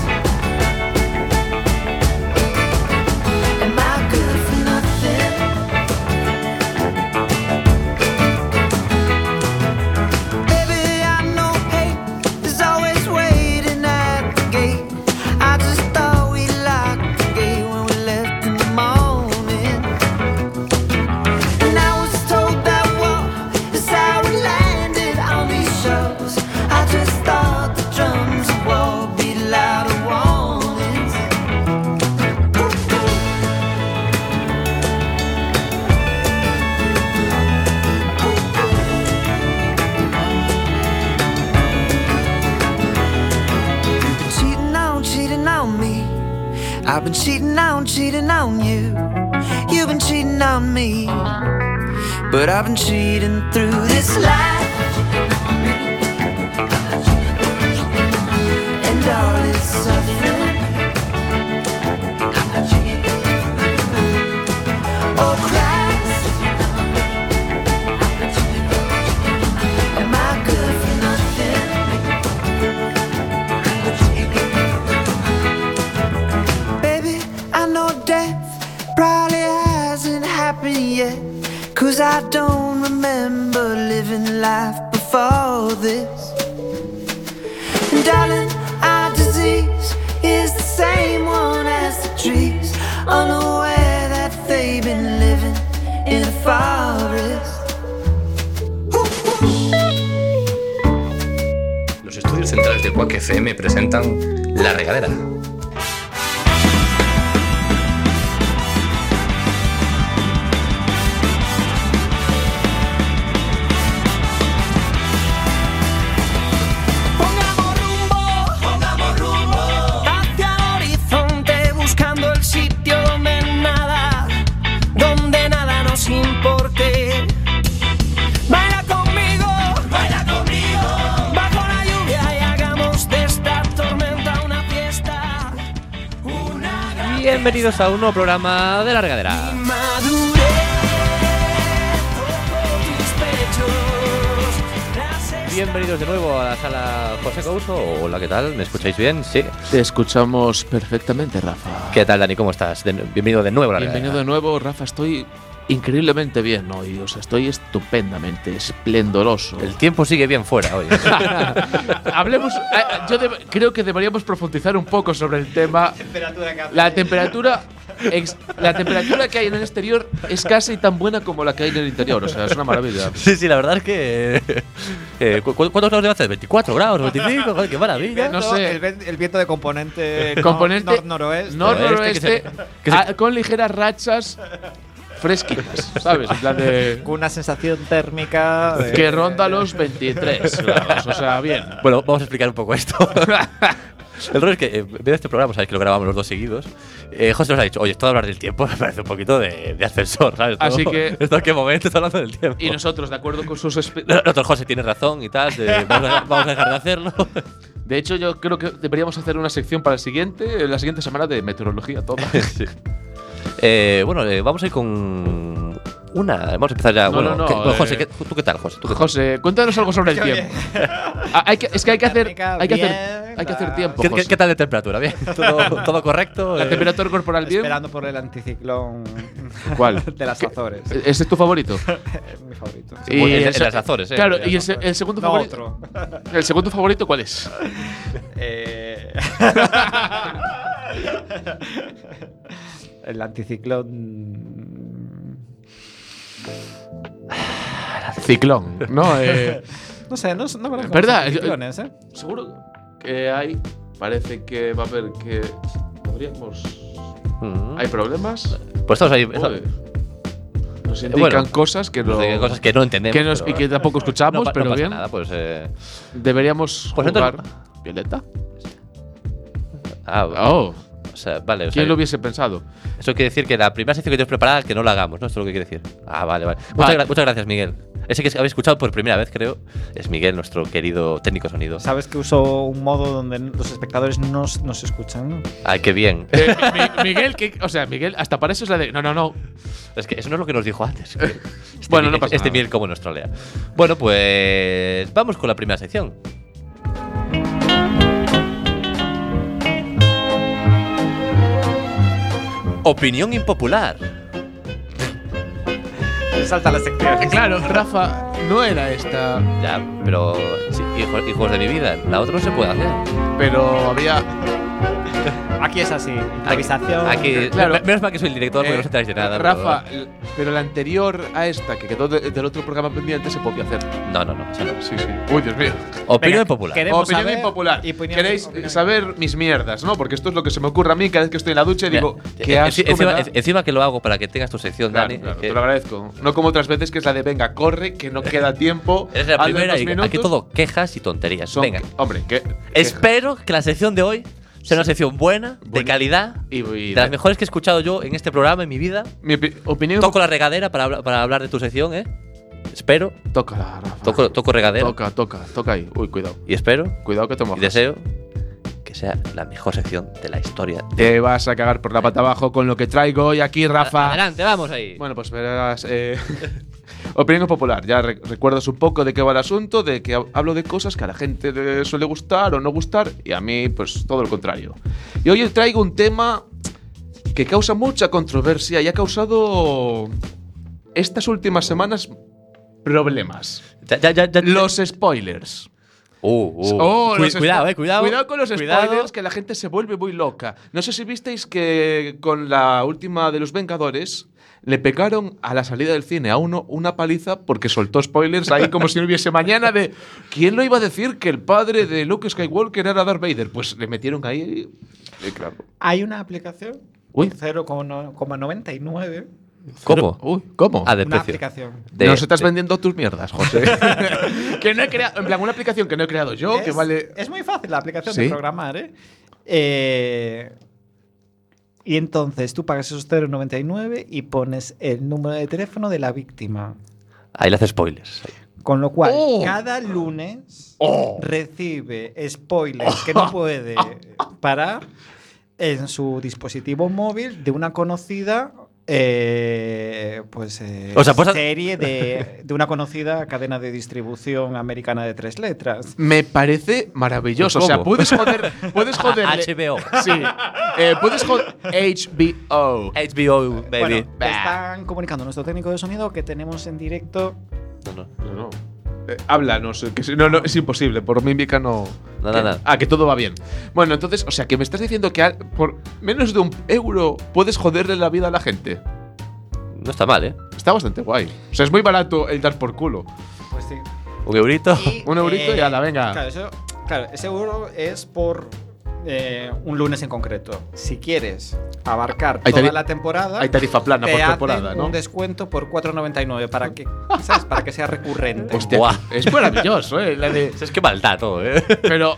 I've been cheating on, cheating on you. You've been cheating on me. But I've been cheating through this life. And all its suffering. Oh, Christ. Am I good for nothing? Baby, I know death probably hasn't happened yet. Cause I don't remember living life before this. And darling, our disease is the same one as the trees. Unaware that they've been living in a forest. Los estudios centrales de Quack FM presentan La Regadera. Pongamos rumbo, pongamos rumbo hacia el horizonte buscando el sitio donde nada, donde nada nos importe. Baila conmigo, baila conmigo, bajo la lluvia y hagamos de esta tormenta una fiesta, una gran Bienvenidos a un nuevo programa de La Regadera. madurez por tus pechos. Las Bienvenidos de nuevo a la sala José Couso. Hola, ¿qué tal? ¿Me escucháis bien? Sí. Te escuchamos perfectamente, Rafa. ¿Qué tal, Dani? ¿Cómo estás? De- bienvenido de nuevo a La Regadera. Bienvenido de nuevo, Rafa. Estoy increíblemente bien hoy. O sea, estoy estupendamente, esplendoroso. El tiempo sigue bien fuera hoy. Hablemos. eh, yo deb- creo que deberíamos profundizar un poco sobre el tema. La temperatura. ex- la temperatura que hay en el exterior es casi tan buena como la que hay en el interior. O sea, es una maravilla. sí, sí, la verdad es que. eh, ¿cu- cu- ¿Cuántos grados debe hacer? ¿24 grados? ¿25? Joder, ¡Qué maravilla! No sé. El, ven- el viento de componente, Componente nor- noroeste. nor- Noroeste, noroeste, que se- que se- ah, con ligeras rachas fresquitas, ¿sabes? En plan de. Con una sensación térmica. de- Que ronda los 23 grados. O sea, bien. Bueno, vamos a explicar un poco esto. El rollo es que, eh, en este programa, sabéis que lo grabamos los dos seguidos. eh, José nos ha dicho, oye, esto de hablar del tiempo me parece un poquito de, de ascensor, ¿sabes? Todo- Así que- Esto en qué momento está hablando del tiempo. Y nosotros, de acuerdo con sus. espe- No, no, José tiene razón y tal, de- vamos, a, vamos a dejar de hacerlo. De hecho, yo creo que deberíamos hacer una sección para el siguiente, eh, la siguiente semana de meteorología toda. Sí. Eh, bueno, eh, vamos a ir con una. Vamos a empezar ya. No, bueno, no, no, ¿qué- bueno, eh. José, ¿qué- ¿tú qué tal, José? ¿Tú qué tal? José, cuéntanos algo sobre el Qué tiempo. Ah, hay que- es que hay que hacer, Térmica, hay que hacer, bien, hay que hacer la- tiempo. ¿Qué, qué- José. qué tal de temperatura? ¿Bien? ¿Todo, todo correcto? La Eh, temperatura corporal bien. Esperando por el anticiclón ¿Cuál? de las Azores. E- Ese es tu favorito. Es mi favorito. Sí, bueno, en- en se- las Azores, eh, Claro, en y el, las eh, se- el segundo No, favorito. otro. ¿El segundo favorito cuál es? Eh, el anticiclón. Ciclón. No, eh. No sé, no, no conozco Verdad, los anticiclones, ¿eh? Seguro que hay. Parece que va a haber que. Podríamos. mm. ¿Hay problemas? Pues estamos ahí. Joder. Nos indican Bueno, cosas que no. no sé qué cosas que no entendemos. que nos- y pero- que tampoco escuchamos, no, pa- no pero pasa bien. Nada, pues, eh, Deberíamos Pues jugar. entonces- ¿Violeta? ah, Oh, o sea, vale. o sea, ¿quién lo hubiese pensado? Eso quiere decir que la primera sección que tenemos preparada, que no la hagamos, ¿no? Esto es lo que quiere decir. Ah, vale, vale. Muchas, Vale. gra- muchas gracias, Miguel. Ese que habéis escuchado por primera vez, creo, es Miguel, nuestro querido técnico sonido. Sabes que uso un modo donde los espectadores no, s- no se escuchan. Ay, qué bien. Eh, Mi- Miguel, que, o sea, Miguel, hasta para eso es la de. No, no, no. Es que eso no es lo que nos dijo antes. que- Este Bueno, no Miguel- pasa Este nada. Miguel como nos trolea. Bueno, pues vamos con la primera sección. Opinión impopular. Salta la sección. Eh, Claro, Rafa, no era esta. Ya, pero sí, hijo- hijos, de mi vida, la otra no se puede hacer. Pero había. Aquí es así. Improvisación. Aquí, Claro. me- menos mal que soy el director porque Eh, no os enteráis de nada. pero- Rafa, l- pero la anterior a esta, que quedó de- del otro programa pendiente, se podía hacer. No, no, no. esa no. Sí, sí. Uy, Dios mío. Opinión Venga, impopular. queremos opinión saber- impopular. y opinión- Queréis opinión. saber mis mierdas, ¿no? Porque esto es lo que se me ocurre a mí cada vez que estoy en la ducha y digo, Ya, ¿qué eh, asco enci- me encima, da? en- encima que lo hago para que tengas tu sección, Claro, Dani. eh, claro, que- te lo agradezco. No como otras veces que es la de venga, corre, que no queda tiempo. Eres la hazlo en primera dos y aquí minutos". todo quejas y tonterías. Son- Venga. Hombre, que. Espero que la sección de hoy O sea, una sección buena, de calidad, Y- y- de las mejores que he escuchado yo en este programa, en mi vida. Mi opi- opinión. Toco la regadera para, habla- para hablar de tu sección, ¿eh? Espero. Tócala, Rafa. Toco, toco regadera. Toca, toca, toca ahí. Uy, cuidado. Y espero Cuidado que te y mojas. deseo que sea la mejor sección de la historia. Te vas a cagar por la pata abajo con lo que traigo hoy aquí, Rafa. Adelante, vamos ahí. Bueno, pues verás. eh, opinión popular. Ya re- recuerdas un poco de qué va el asunto, de que hab- hablo de cosas que a la gente le suele gustar o no gustar, y a mí, pues todo lo contrario. Y hoy traigo un tema que causa mucha controversia y ha causado estas últimas semanas problemas. Ya- ya- ya- ya- Los spoilers. Uh, uh. Oh, Cu- los spo- cuidado, eh, cuidado. Cuidado con los Cuidado. spoilers, que la gente se vuelve muy loca. No sé si visteis que con la última de los Vengadores le pegaron a la salida del cine a uno una paliza porque soltó spoilers ahí como si no hubiese mañana de ¿quién lo iba a decir que el padre de Luke Skywalker era Darth Vader? Pues le metieron ahí eh, claro. Hay una aplicación. Uy. 0,99. ¿Cómo? Uy, ¿cómo? Ah, de Una precio. aplicación. De- oh, Nos estás de- vendiendo tus mierdas, José. que no he creado, en plan una aplicación que no he creado yo, que es, vale es muy fácil la aplicación Sí. de programar, ¿eh? Eh, Y entonces tú pagas esos 0,99 y pones el número de teléfono de la víctima. Ahí le hace spoilers. Con lo cual, Oh. cada lunes Oh. recibe spoilers que no puede parar en su dispositivo móvil de una conocida eh, pues, eh, O sea, pues- serie de, de una conocida cadena de distribución americana de tres letras. Me parece maravilloso. O sea, ¿Cómo? puedes joder. Puedes joderle- HBO. Sí. Eh, puedes joder. HBO. HBO, baby. Bueno, están comunicando nuestro técnico de sonido que tenemos en directo. No, no. Eh, háblanos. Que si- no, no, es imposible. Por mímica no. No, que- no, no. Ah, que todo va bien. Bueno, entonces, o sea, que me estás diciendo que a- por menos de un euro puedes joderle la vida a la gente. No está mal, ¿eh? Está bastante guay. O sea, es muy barato el dar por culo. Pues sí. eh, Un eurito. Un eurito y ala, venga. Claro, eso- claro, ese euro es por eh, un lunes en concreto. Si quieres abarcar Hay toda tari- la temporada, hay tarifa plana te por hacen temporada, ¿no? un descuento por 4.99 para que, ¿sabes? para que sea recurrente. Hostia, Buah. Es maravilloso, ¿eh? La de- Es que maldad todo, ¿eh? pero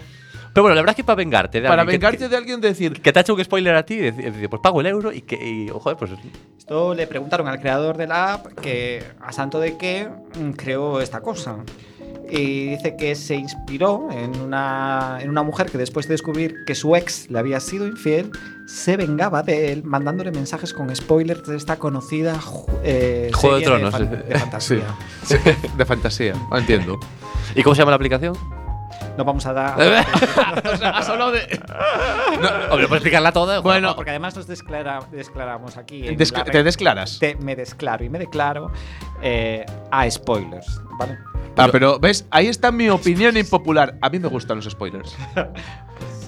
Pero bueno, la verdad es que para vengarte. de para alguien que- vengarte de alguien decir. que, que te ha hecho un spoiler a ti, dec- decir, pues pago el euro y que. y, oh, joder, pues. Esto le preguntaron al creador de la app que a santo de qué mm, creó esta cosa. Y dice que se inspiró en una, en una mujer que después de descubrir que su ex le había sido infiel, se vengaba de él mandándole mensajes con spoilers de esta conocida ju- eh, Juego de serie Tronos, fan- eh. de fantasía. Sí, de fantasía. Entiendo. ¿Y cómo se llama la aplicación? No vamos a Eh, dar... o sea, has hablado de. No, hombre, puedes explicarla toda. Bueno, Porque además nos desclara- desclaramos aquí. en Descla- la te red. desclaras. Te- me desclaro y me declaro eh, a spoilers, ¿vale? Ah, pero ves, ahí está mi opinión impopular. A mí me gustan los spoilers.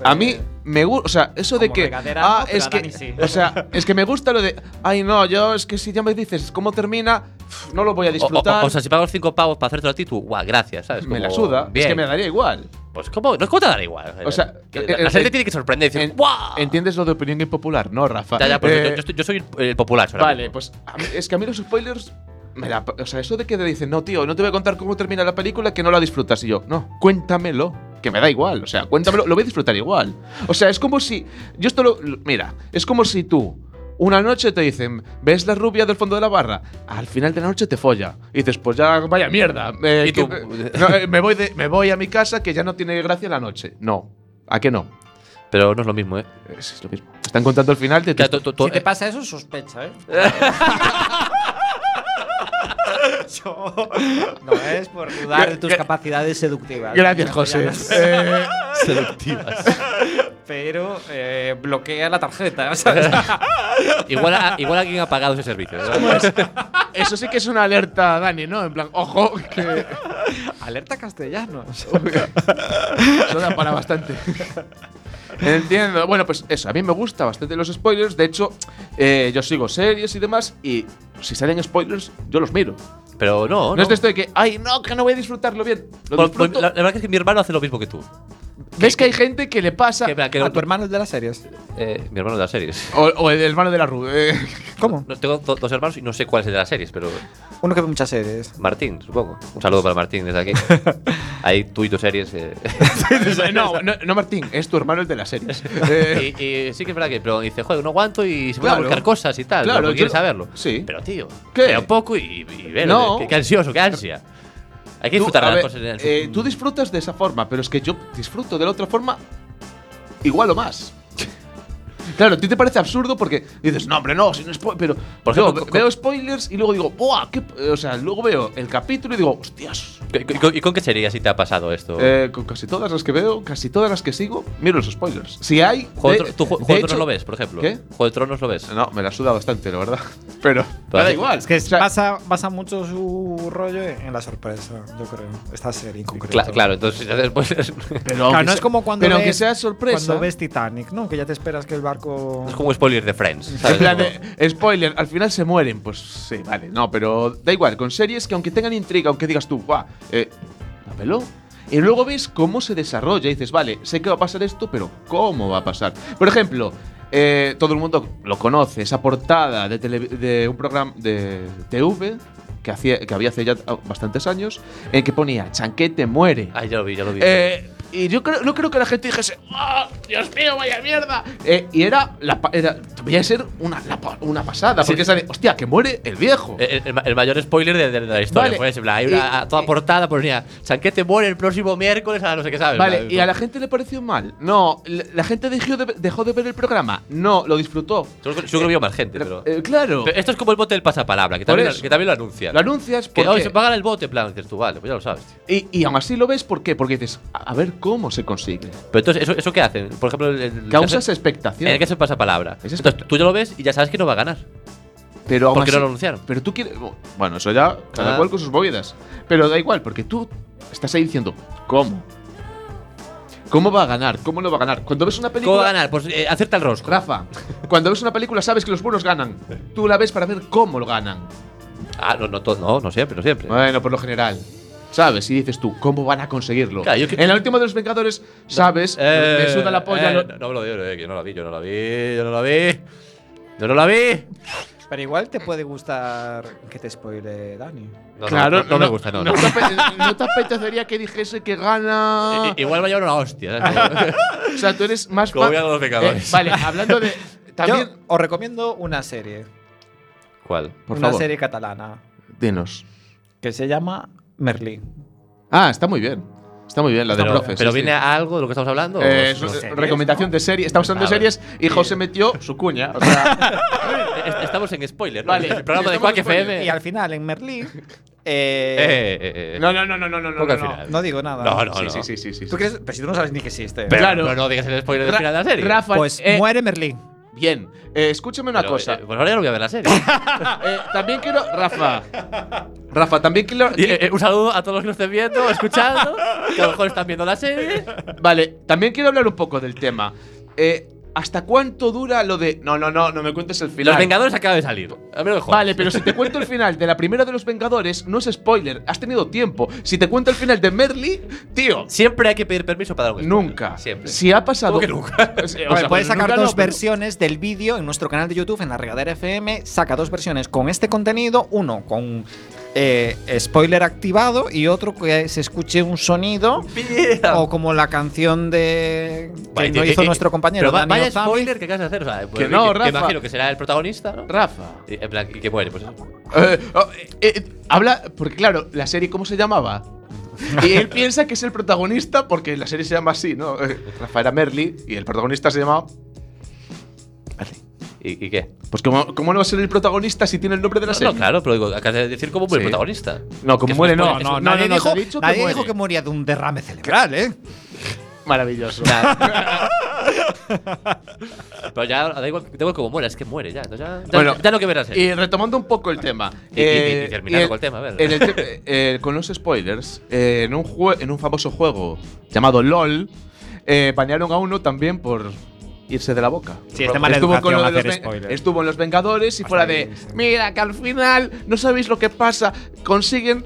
A mí me gusta, o sea, eso de como que regadera ah, no, pero es a que Dani sí. o sea, es que me gusta lo de ay no, yo es que si ya me dices cómo termina, pf, no lo voy a O, o- disfrutar. o sea, si pago 5 pavos para hacértelo a ti, tú, guau, gracias, ¿sabes? me Como, la suda, Bien. es que me daría igual. Pues, ¿cómo? No, ¿cómo te dará igual? O sea, Que eh, la, la eh, gente eh, tiene que sorprender y decir, En- ¡guau! ¿Entiendes lo de opinión impopular? No, Rafa. Ya, ya, pues Eh, yo, yo estoy- yo soy el, el popular. ahora Vale, mismo. pues a mí- es que a mí los spoilers me la, o sea, eso de que te dicen, "No, tío, no te voy a contar cómo termina la película que no la disfrutas." Y yo, "No, cuéntamelo." Que me da igual, o sea, cuéntamelo, lo voy a disfrutar igual. O sea, es como si yo esto lo lo- mira, es como si tú una noche te dicen, ¿ves la rubia del fondo de la barra? Al final de la noche te folla. Y dices, pues ya, vaya mierda. eh, Y tú- que- eh, no, eh, me, voy de- me voy a mi casa que ya no tiene gracia la noche. No. ¿A qué no? Pero no es lo mismo, ¿eh? Es es lo mismo. Están contando el final de Ya, to- to- to- eh, Si te pasa eso, sospecha, ¿eh? Yo- no es por dudar de tus capacidades seductivas. Gracias, José. Eh, seductivas. Pero eh, bloquea la tarjeta, ¿sabes? igual, a- igual alguien ha pagado ese servicio. ¿no? Eso sí que es una alerta, Dani, ¿no? En plan, ojo, que Alerta castellanos. eso da para bastante. Entiendo. Bueno, pues eso, a mí me gusta bastante los spoilers. De hecho, eh, yo sigo series y demás y si salen spoilers, yo los miro. Pero no, No, Oh, no. es de esto de que, ay, no, que no voy a disfrutarlo bien. Por- Lo por- disfruto. la, la verdad es que mi hermano hace lo mismo que tú. ves que hay gente que le pasa. Que, en plan, que ¿A no- tu hermano el de las series? eh, mi hermano de las series. O, o el hermano de la Ru. eh. ¿Cómo? No, tengo do- dos hermanos y no sé cuál es el de las series, pero Uno que ve muchas series. Martín, supongo. Un saludo para Martín desde aquí. Ahí tú y tus series. eh. no, no, no, Martín, es tu hermano el de las series. Eh, y, y sí que es verdad que pero dice, joder, no aguanto y se puede Claro. buscar cosas y tal. Claro, Claro, porque yo- quieres saberlo. sí. Pero tío, ¿Qué? espera un poco y, y velo, No. eh, Qué, qué ansioso, qué ansia. Hay que tú, disfrutar a de las ver, cosas. en su- eh, tú disfrutas de esa forma, pero es que yo disfruto de la otra forma igual o más. Claro, a ti te parece absurdo porque dices, no, hombre, no, si no spo-". pero Por yo ejemplo, ve- co- veo spoilers y luego digo, ¡buah! qué p-". o sea, luego veo el capítulo y digo, ¡hostias! ¿Y con- ¿Y, con, y con qué serie así te ha pasado esto? Eh, con casi todas las que veo, casi todas las que sigo, miro los spoilers. Si hay. Juego de de- Tro- ¿Tú Jue- de Juego de hecho- Tronos lo ves, por ejemplo? ¿Qué? ¿Juego de Tronos lo ves? No, me la suda bastante, la verdad. Pero. me da así- igual. Es que O sea, basa, basa mucho su rollo en la sorpresa, yo creo. Esta serie en concreto. Cla- claro, entonces si te haces spoilers, pero Claro, aunque no es sea- como cuando Pero ves, aunque sea sorpresa. Cuando ves Titanic, ¿no? Que ya te esperas que el barco. es como un spoiler de Friends. En ¿sabes? plan, Como- de, spoiler, al final se mueren. Pues sí, vale, no, pero da igual. Con series que aunque tengan intriga, aunque digas tú, va, eh, la peló. Y luego ves cómo se desarrolla y dices, vale, sé que va a pasar esto, pero ¿cómo va a pasar? Por ejemplo, eh, todo el mundo lo conoce, esa portada de, tele- de un programa de TV que, hacía, que había hace ya ah, bastantes años, en que ponía, Chanquete muere. Ay, ya lo vi, ya lo vi. Eh, y yo creo, no creo que la gente dijese, ¡Ah, Dios mío, vaya mierda! Eh, y era, la, pa- era podía ser una, la pa- una pasada, porque sale, hostia, que muere el viejo. El, el- el mayor spoiler de, de- de la historia Vale. fue ese, en plan, hay una, Y- eh, toda y- portada ponía Chanquete muere el próximo miércoles a no sé qué sabes. vale, ¿no? ¿y a la gente le pareció mal? No, la, la gente dejó de, dejó de ver el programa. No, lo disfrutó. Yo creo yo creo que vio más gente, pero. Eh, claro, pero esto es como el bote del pasapalabra, que Por también, eso. que también lo anuncian. lo anuncias eh, que hoy porque- se paga el bote, en plan, dices tú, vale, pues ya lo sabes. tío. y, y aún así lo ves, ¿por qué? Porque dices, a a ver cómo se consigue. Pero entonces, ¿eso, eso qué hacen? Por ejemplo, el- el. Causas En el expectación. que se pasapalabra. Es Entonces tú ya lo ves y ya sabes que no va a ganar. Pero aún Porque no así- lo anunciaron. Pero tú quieres. Bueno, eso ya, cada Ah. cual con sus movidas. Pero da igual, porque tú estás ahí diciendo, ¿cómo? ¿Cómo va a ganar? ¿Cómo no va a ganar? Cuando ves una película. ¿Cómo va a ganar? Pues eh, acierta el rosco. Rafa, cuando ves una película sabes que los buenos ganan. Tú la ves para ver cómo lo ganan. Ah, no, no, to- no, no siempre, no siempre. Bueno, por lo general. ¿Sabes? Y dices tú, ¿cómo van a conseguirlo? Claro, yo que- En la última de los Vengadores, ¿sabes? Eh, me suda la polla. eh, lo- no, no me lo digo, eh, que yo no la vi, yo no la vi, yo no la vi. Yo no la vi. Pero igual te puede gustar que te spoile Dani. No, no, claro, no, no me gusta, no. no. te ape- no te apetecería que dijese que gana. I- i- Igual me llevan una hostia. ¿eh? ¿sabes? O sea, tú eres más Como fan- voy a los Vengadores. Eh, vale, hablando de. También. Yo os recomiendo una serie. ¿Cuál? Por una favor. serie catalana. Dinos. Que se llama Merlí. Ah, está muy bien. Está muy bien la de Pero, profes. pero sí, viene sí. a algo de lo que estamos hablando. Eh, o- es o- una est- recomendación de serie. Estamos hablando de Vale. series y José metió su cuña. O sea, Estamos en spoiler. ¿no? Vale, El programa de estamos Quack en spoiler. FM. Y al final, en Merlí. Eh, eh, eh, eh, eh. no, no, no, no, no, no. Porque al no, no. final. no digo nada. No, no, no. Sí, sí, sí, sí, sí. ¿Tú crees? Pero si tú no sabes ni que existe. Pero, Claro. pero no digas el spoiler del Ra- final de la serie. Rafa, pues eh, muere Merlí. bien. Eh, escúchame una Pero, cosa. eh, pues ahora ya no voy a ver la serie. Eh, también quiero. Rafa. Rafa, también quiero. Y, eh, eh, un saludo a todos los que nos estén viendo, escuchando, que a lo mejor están viendo la serie. eh, Vale, también quiero hablar un poco del tema. Eh, ¿Hasta cuánto dura lo de. No, no, no, no me cuentes el final. Los Vengadores acaban de salir. A mí no me jodas. Vale, pero si te cuento el final de la primera de los Vengadores, no es spoiler, has tenido tiempo. Si te cuento el final de Merly, tío, Siempre hay que pedir permiso para dar un spoiler. nunca. pues, Siempre. Si ha pasado. ¿Cómo que nunca? O sea, A ver, puedes bueno, sacar nunca dos no, pero- versiones del vídeo en nuestro canal de YouTube, en la regadera FM. Saca dos versiones con este contenido: uno con eh, spoiler activado y otro que se escuche un sonido. O como la canción de que Vale, no que- hizo que- nuestro compañero. eh, Pero va- Dani vaya Ozami. spoiler que acabas de hacer. O sea, pues, no, Rafa. imagino que será el protagonista, ¿no? Rafa. Y, en plan, y que muere, pues eso. eh, oh, eh, eh, habla. Porque claro, la serie, ¿cómo se llamaba? Y él piensa que es el protagonista porque la serie se llama así, ¿no? Eh, Rafa era Merly y el protagonista se llamaba. ¿Y, y qué? Pues, ¿cómo, ¿cómo no va a ser el protagonista si tiene el nombre de la No, serie? no, claro, pero digo, acabas de decir cómo muere Sí. el protagonista. No, como Que es un muere, no, spoiler, es no, un- no, Nadie, no, dijo, te he dicho que nadie muere. dijo que moría de un derrame cerebral, ¿eh? Maravilloso. Pero ya, da igual, da igual cómo muera, es que muere ya. entonces ya, ya, Bueno, ya lo que verás. es. Y retomando un poco el tema. Y- y- eh, y terminando y el- con el tema, a ver. en el te- eh, con los spoilers, eh, en, un jue- en un famoso juego llamado LOL, eh, banearon a uno también por irse de la boca. Sí, es de mala educación lo de hacer los Ven- spoilers. estuvo en los Vengadores y fuera ahí, de. sí. Mira, que al final no sabéis lo que pasa. Consiguen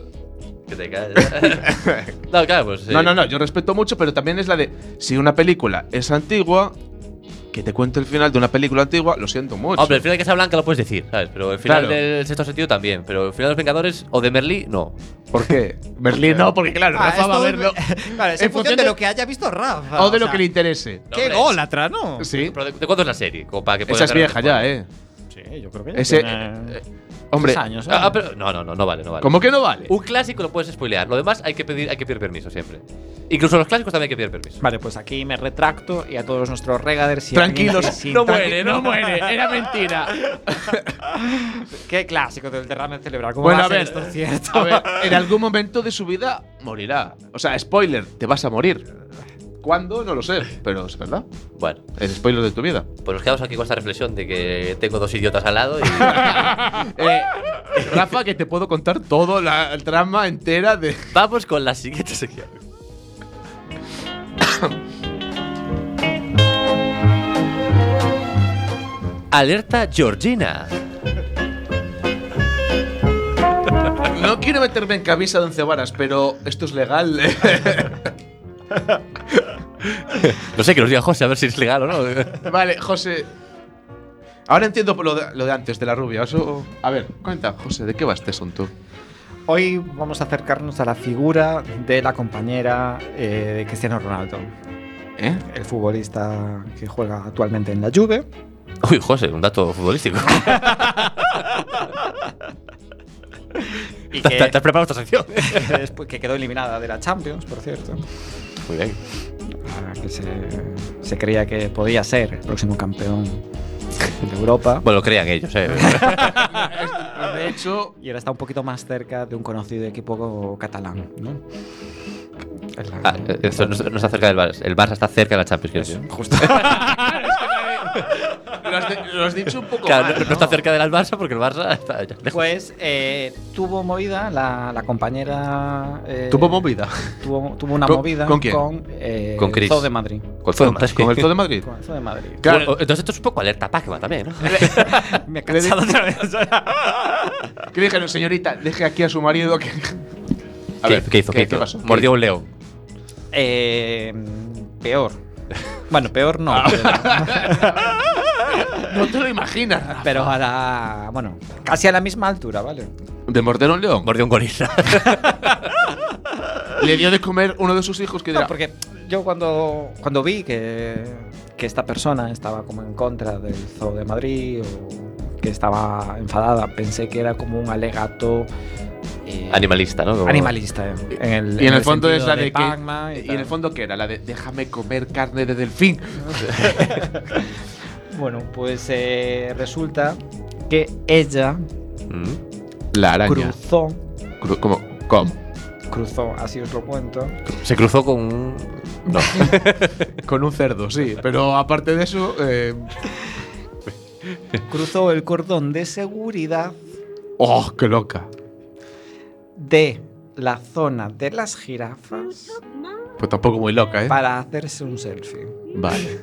Que te calles. no, claro, pues. No, no, no, yo respeto mucho, pero también es la de si una película es antigua, que te cuente el final de una película antigua, lo siento mucho. Hombre, el final de Casablanca lo puedes decir, ¿sabes? Pero el final Claro. del sexto sentido también. Pero el final de los Vengadores o de Merlí, no. ¿Por qué? Berlín no, porque claro, Ah, Rafa es va a todo- verlo. Claro, es en función de lo que haya visto Rafa. O de o lo sea, que le interese. No, ¡Qué hombre, gólatra, no! Sí. Pero ¿de, de cuándo es la serie? Como para que pueda Esa es hacer- vieja ya, ¿eh? Sí, yo creo que ya Ese. tiene eh, Hombre, tres años, ¿eh? Ah, ah, pero- no, no, no, no vale, no vale. ¿cómo que no vale? Un clásico lo puedes spoilear. Lo demás hay que pedir, hay que pedir permiso siempre. Incluso los clásicos también hay que pedir permiso. Vale, pues aquí me retracto y a todos nuestros regaders y Tranquilos, no muere, no muere, era mentira. Qué clásico del derrame cerebral. ¿Cómo Bueno, va a a ser ver, esto cierto? a ver, en algún momento de su vida morirá. O sea, spoiler, te vas a morir. ¿Cuándo? No lo sé, pero es verdad. Bueno, Es spoiler de tu vida. pues nos quedamos aquí con esta reflexión de que tengo dos idiotas al lado y. Eh, Rafa, que te puedo contar toda la trama entera de. Vamos con la siguiente sección. Alerta Georgina. No quiero meterme en camisa de once varas, pero esto es legal. No sé que nos diga José a ver si es legal o no. vale, José. Ahora entiendo lo de, lo de antes, de la rubia. Eso- a ver, cuenta, José, ¿de qué va este asunto? Hoy vamos a acercarnos a la figura de la compañera eh, de Cristiano Ronaldo, ¿Eh? el futbolista que juega actualmente en la Juve. Uy, José, un dato futbolístico. Y ¿Te, te- que, te has preparado esta sección? que después- que quedó eliminada de la Champions, por cierto. Muy bien. Ah, que se, se creía que podía ser el próximo campeón de Europa. Bueno, lo crean ellos, ¿eh? De hecho, Y ahora está un poquito más cerca de un conocido equipo catalán, ¿no? Es la- Ah, esto no, no está cerca del Barça. El Barça está cerca de la Champions, quiero decir. Justo. lo has, de- lo has dicho un poco Claro, mal, no, no está cerca del Barça porque el Barça está ya lejos. Pues eh, tuvo movida la, la compañera. eh, Tuvo movida. Tuvo, tuvo una ¿Con- movida con quién? Con, eh, Con Chris. el Zoo de Madrid. Con Con, todo más. con el todo de Madrid. Con el Zoo de Madrid. Claro. Bueno, entonces esto es un poco alerta Pac-Man también, ¿no? Me he cansado otra vez. Que le dijeron, señorita, deje aquí a su marido que. A ¿Qué, ver, qué hizo? ¿Qué, hizo? pasó? Mordió un león. Eh, peor. Bueno, peor no. Ah. No te lo imaginas. Pero a la. Bueno, casi a la misma altura, ¿vale? De morder a un león. Mordió un gorila. Le dio de comer uno de sus hijos que dirá. No, porque yo cuando, cuando vi que, que esta persona estaba como en contra del Zoo de Madrid o que estaba enfadada, pensé que era como un alegato eh, Animalista, ¿no? Como- animalista. En el, y en el fondo es la de, Pacma que. Y en el fondo, ¿qué era? La de déjame comer carne de delfín. Bueno, pues eh, resulta que ella Mm. La cruzó, Cru- ¿Cómo? ¿Cómo? cruzó, así os lo cuento. Se cruzó con un. No. Con un cerdo, sí. Pero aparte de eso, eh, Cruzó el cordón de seguridad ¡Oh, qué loca! de la zona de las jirafas Pues tampoco muy loca, ¿eh? para hacerse un selfie. Vale.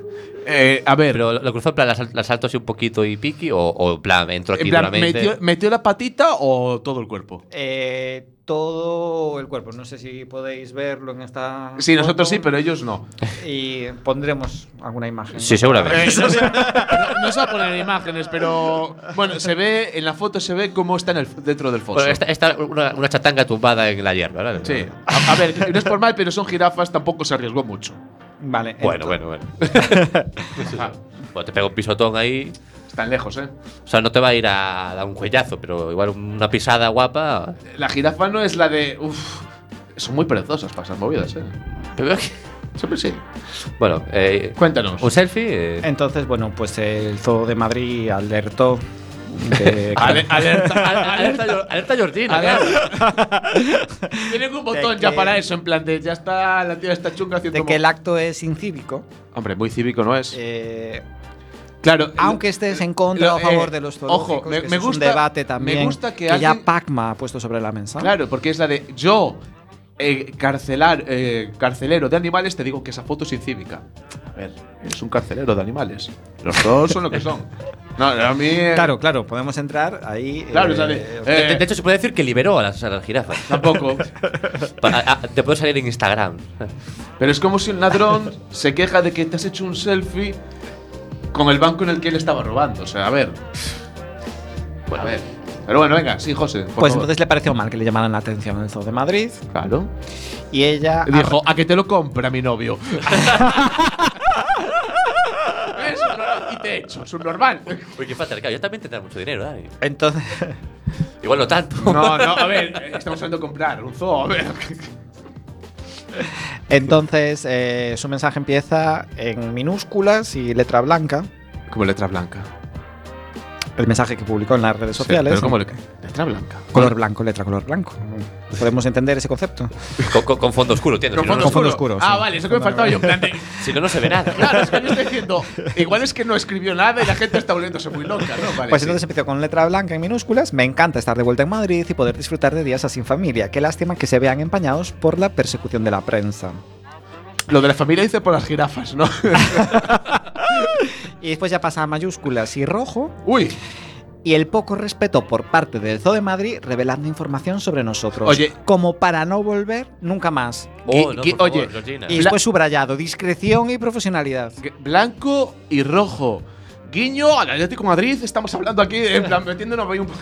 Eh, a ver, Pero lo, lo cruzó en plan, la, sal- la salto así un poquito y piqui, o, o en plan, entro aquí en plan, duramente. ¿metió, metió la patita o todo el cuerpo? Eh, todo el cuerpo. No sé si podéis verlo en esta. Sí, nosotros foto. sí, pero ellos no. Y pondremos alguna imagen. Sí, seguramente. Eh, no, se, no se va a poner imágenes, pero bueno, se ve en la foto se ve cómo está en el- dentro del foso. Bueno, está, está una, una chatanga tumbada en la hierba, ¿verdad? Sí. A, a ver, no es por mal, pero son jirafas, tampoco se arriesgó mucho. Vale. Bueno, ento- bueno, bueno. bueno, te pega un pisotón ahí. Están lejos, ¿eh? O sea, no te va a ir a dar un cuellazo, pero igual una pisada guapa. La jirafa no es la de. Uf, son muy perezosas para esas movidas, ¿eh? Pero es que- Siempre sí. Bueno, eh, Cuéntanos. un selfie. eh, Entonces, bueno, pues el Zoo de Madrid alertó. de- Ale- alerta. al- alerta, Geor- alerta Georgina. claro. Tienen un botón botón De ya ya que- para para eso, en plan de ya está la tía está chunga haciendo. de que el acto es incívico, Hombre, muy cívico no es. eh, claro. aunque estés en contra lo- o a favor eh, de los ojo, zoológicos, me- que me eso es gusta- un debate me también gusta que ya alguien- Pacma ha puesto sobre la mesa. Claro, porque es la de yo, eh, carcelar, eh, carcelero de animales, te digo que esa foto es incívica. ver, es un carcelero de animales. Los dos son lo que son. No, a mí. eh, Claro, claro, podemos entrar ahí. Claro, eh, sale. De, eh, de- de hecho, se puede decir que liberó a las, a las jirafas. Tampoco. Pa- a- a- te puedo salir en Instagram. Pero es como si un ladrón se queja de que te has hecho un selfie con el banco en el que él estaba robando. O sea, a ver. Bueno, a ver. Pero bueno, venga, sí, José. por Pues favor. entonces le pareció mal que le llamaran la atención al Zoo de Madrid Claro. y ella. Y Dijo, a que te lo compra mi novio. Eso, no, y te echo, subnormal. Uy, qué patriarcado. Yo también tendré mucho dinero, Dani. Entonces. Igual no tanto. No, no, a ver, eh, estamos hablando de comprar un zoo, a ver. Entonces, eh, su mensaje empieza en minúsculas y letra blanca. Como letra blanca. El mensaje que publicó en las redes sociales. letra blanca. Color blanco, letra color blanco. Podemos entender ese concepto. Con, con- con fondo oscuro, entiendo. Con si no, no, fondo, con fondo oscuro. oscuro, Ah, sí. vale, eso que me faltaba yo. en plan de- si no, no se ve nada. Claro, es que yo estoy diciendo, igual es que no escribió nada y la gente está volviéndose muy loca, ¿no? Vale, Pues sí. entonces empezó con letra blanca en minúsculas. Me encanta estar de vuelta en Madrid y poder disfrutar de días así en familia. Qué lástima que se vean empañados por la persecución de la prensa. Lo de la familia dice por las jirafas, ¿no? Y después ya pasa a mayúsculas y rojo. Uy, Y el poco respeto por parte del Zoo de Madrid revelando información sobre nosotros. Oye. Como para no volver nunca más. Oh, no, Gui- por favor, oye, Georgina. Y después subrayado, discreción y profesionalidad. blanco y rojo. Guiño al Atlético de Madrid, estamos hablando aquí, en plan, metiéndonos ahí un poco.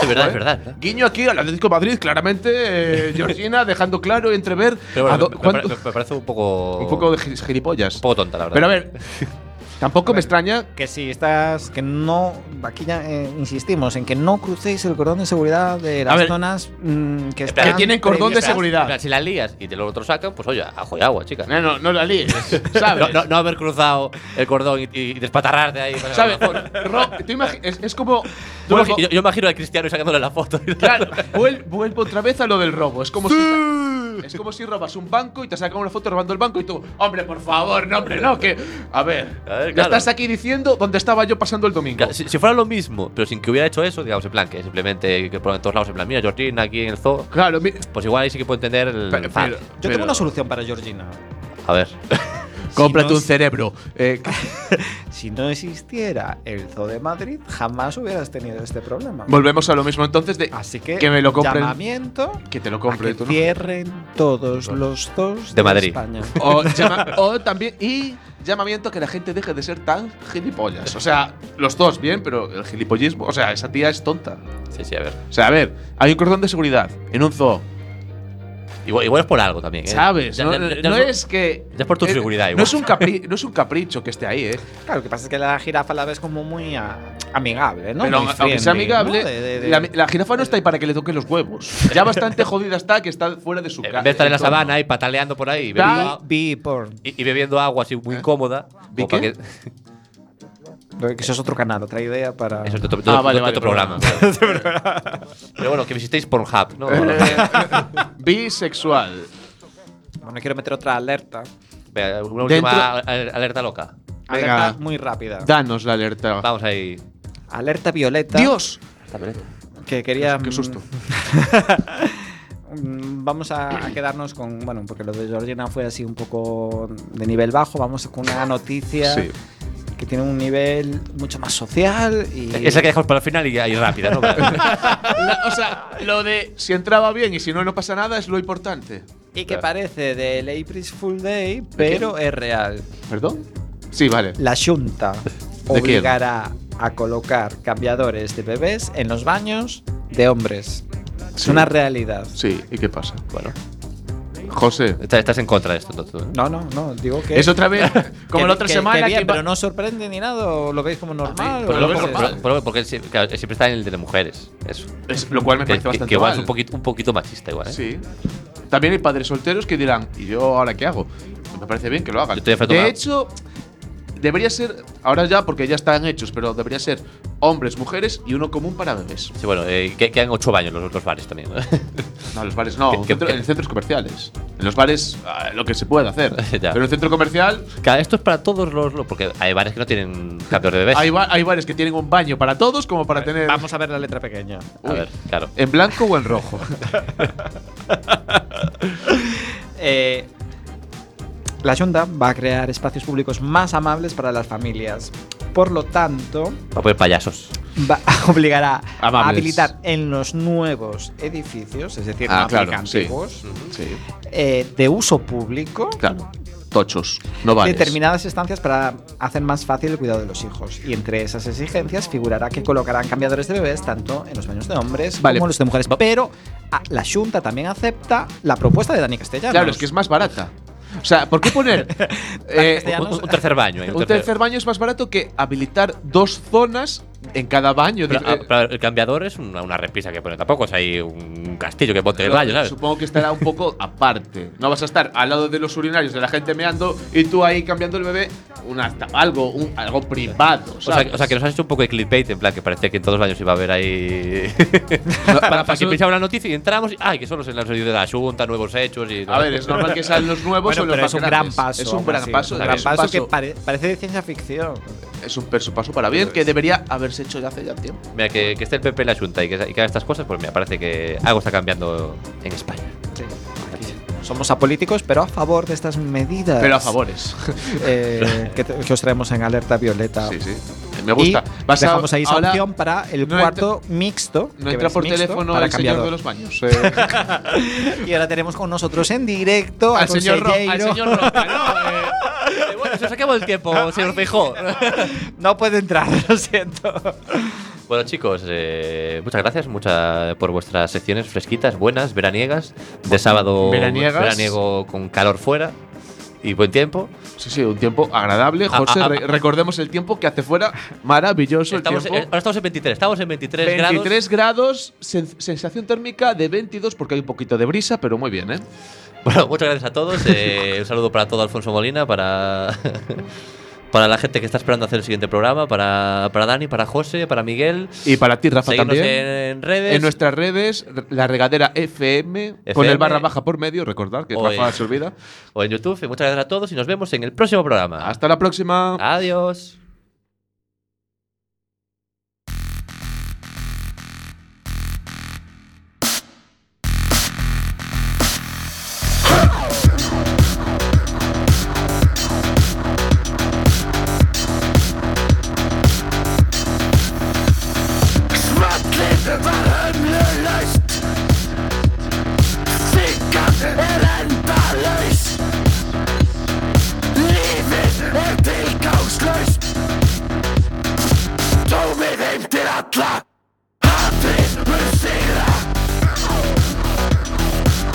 Es verdad, Ojo, es ¿eh? verdad, ¿verdad? Guiño aquí al Atlético de Madrid, claramente, eh, Georgina dejando claro y entrever. Pero a bueno, do- me- me, cuánto- me- me parece un poco. un poco un de gi- gilipollas. poco tonta, la verdad. Pero a ver, tampoco me extraña. Que si estás, que no, aquí ya eh, insistimos en que no crucéis el cordón de seguridad de las ver. zonas mm, que plan, están Que tienen cordón de previstas. En plan, seguridad. Si la lías y te lo otro sacan, pues oye, ajo y agua, chica. eh, No, no, no la líes, No, ¿sabes? no- no haber cruzado el cordón y, y- y despatarrarte ahí. pues, para- ¿Sabes? Ro- tú imagi- es, es como. Yo, vuelvo- imagi- yo- yo imagino a Cristiano sacándole la foto. Claro, vuel- vuelvo otra vez a lo del robo. Es como si. Es como si robas un banco y te sacan una foto robando el banco y tú, hombre, por favor, no, hombre, no, que. A ver, A ver, ya claro. estás aquí diciendo dónde estaba yo pasando el domingo. Claro, Si, si fuera lo mismo, pero sin que hubiera hecho eso, digamos, en plan, que simplemente que pongan en todos lados, en plan, mira, Georgina aquí en el zoo, Claro, mi- pues igual ahí sí que puedo entender el. pero- fan. pero- Yo tengo pero- una solución para Georgina. a ver. Cómprate Si no un es- cerebro. Eh, Si no existiera el Zoo de Madrid, jamás hubieras tenido este problema. volvemos a lo mismo entonces de. Así que, Que me lo compren. llamamiento Que te lo a compre que tú, ¿no? cierren todos los zoos De Madrid. España. O, llama- o también. Y llamamiento a que la gente deje de ser tan gilipollas. O sea, los dos bien, pero el gilipollismo. O sea, esa tía es tonta. Sí, sí, a ver. O sea, a ver, hay un cordón de seguridad en un zoo. Igual, igual es por algo también, ¿eh? ¿Sabes? Ya- No, ya- no- ya- no ya- es que. ya es por tu eh, seguridad, No igual. es, un capri- no es un capricho que esté ahí, ¿eh? Claro, lo que pasa es que la jirafa la ves como muy ah, amigable, ¿no? Pero Muy aunque sea friendly, ¿no? amigable, De- de- de- La, la jirafa no está ahí para que le toquen los huevos. Ya bastante jodida está que está fuera de su En casa. vez de estar en la sabana y pataleando por ahí y bebiendo, Claro. agua- Be porn. y, y bebiendo agua así muy incómoda. ¿Eh? ¿Vi como para qué? que- Que Eso es otro canal, otra idea para. Eso es otro, otro- Ah, vale, otro vale, programa. Pero bueno, que visitéis Pornhub, Eh. ¿no? Bisexual. Bueno, quiero meter otra alerta. Venga, una Dentro- última al- alerta loca. Venga. Alerta muy rápida. Danos la alerta. Vamos ahí. Alerta violeta. Dios. Que quería. Qué susto. Mm, Vamos a, a quedarnos con. Bueno, porque lo de Georgina fue así un poco de nivel bajo. Vamos con una noticia Sí. que tiene un nivel mucho más social y. Esa que dejamos para el final y ahí rápida, ¿no? La- o sea, lo de si entraba bien y si no, no pasa nada es lo importante. y que parece del April's Full Day, pero es real. ¿Perdón? Sí, vale. La Junta ¿De quién? obligará a colocar cambiadores de bebés en los baños de hombres. Es Sí. una realidad. Sí, ¿y qué pasa? Bueno. José. Estás, estás en contra de esto, entonces, ¿no? No, no, no, digo que. Es otra vez, como que- la otra que- que semana bien, que iba- pero no os sorprende ni nada, o lo veis como normal. pero o lo no veo sé. normal. Pero- pero porque sie- claro, siempre está en el de las mujeres. Eso. Es- lo cual me Que, parece que- bastante que igual es mal. un poquito, un poquito machista, igual. ¿eh? Sí. También hay padres solteros que dirán, ¿y yo ahora qué hago? Pues me parece bien que lo hagan. Yo estoy afectado de a- hecho, debería ser, ahora ya porque ya están hechos, pero debería ser hombres, mujeres y uno común para bebés. Sí, bueno, eh, que quedan ocho baños los, los bares también. ¿no? No, en los bares no, Que- en que- centro- que- en centros comerciales. En los bares ah, lo que se puede hacer. Ya. pero en el centro comercial Claro, esto es para todos los, los- Porque hay bares que no tienen cambiador de bebés. hay, ba- hay bares que tienen un baño para todos como Pues para tener Vamos a ver la letra pequeña. a ver, claro. en blanco o en rojo. Eh, la Junta va a crear espacios públicos más amables para las familias. Por lo tanto, Va a poner payasos. va, obligará a Amables. habilitar en los nuevos edificios, es decir, Ah, no claro, aplica sí. Mm. antiguos, Sí, eh, de uso público, claro. Tochos, no vale. determinadas estancias para hacer más fácil el cuidado de los hijos. Y entre esas exigencias figurará que colocarán cambiadores de bebés tanto en los baños de hombres Vale. como en los de mujeres. Pero ah, la Junta también acepta la propuesta de Dani Castellanos. Claro, es que es más barata. O sea, ¿por qué poner eh, Castellano. Un, un tercer baño. eh, un tercer baño es más barato que habilitar dos zonas en cada baño? Pero, Eh, ah, pero el cambiador es una, una repisa que pone tampoco. O sea, hay un castillo que ponte el eh, Pero baño, ¿sabes? Supongo que estará un poco aparte. No vas a estar al lado de los urinarios de la gente meando y tú ahí cambiando el bebé una, algo, un- algo privado. O sea, ¿sabes? o sea, que nos has hecho un poco de clickbait, en plan que parecía que en todos los años iba a haber ahí. Para- para, para que eso- pinchaba una noticia y entramos. Y, ¡Ay, que solo se han salido de la Junta, nuevos hechos! Y, A ver, es normal que sean los nuevos Bueno, o los pero más es un gran grandes. paso. Es un aún gran así. paso. Un es gran un paso, que paso- pare- parece de ciencia ficción. es un perso paso para bien que debería haberse hecho ya hace ya tiempo. Mira, que, que esté el PP en la Junta y que, y que haga estas cosas, pues me parece que algo está cambiando en España. Somos apolíticos, pero a favor de estas medidas. Pero a favores. eh, que, te- que os traemos en alerta violeta. sí, sí. Me gusta. Y Vas a- dejamos ahí esa ahora opción para el no cuarto mixto. No que entra ves por mixto, teléfono para el señor cambiador. de los baños. eh. Y ahora tenemos con nosotros en directo al, al señor Ro- al consejero. señor Roca, ¿no? Eh, bueno, se os acabó el tiempo, señor Feijó. No puede entrar, lo siento. Bueno, chicos, eh, muchas gracias mucha, por vuestras secciones fresquitas, buenas, veraniegas. De sábado, Veraniegas. veraniego con calor fuera y buen tiempo. Sí, sí, un tiempo agradable. Ah, José, ah, ah. re- recordemos el tiempo que hace fuera. Maravilloso Estamos el en- tiempo. ahora estamos en 23, estamos en 23, 23 grados. 23 grados, sen- sensación térmica de 22 porque hay un poquito de brisa, pero muy bien, ¿eh? Bueno, muchas gracias a todos. eh, un saludo para todo Alfonso Molina, para, para la gente que está esperando hacer el siguiente programa, para, para Dani, para José, para Miguel. Y para ti, Rafa, Seguirnos también. en redes. En nuestras redes, r- la regadera FM, con FM. el barra baja por medio, recordar que Oye. Rafa se olvida. o en YouTube. Y Muchas gracias a todos y nos vemos en el próximo programa. Hasta la próxima. Adiós.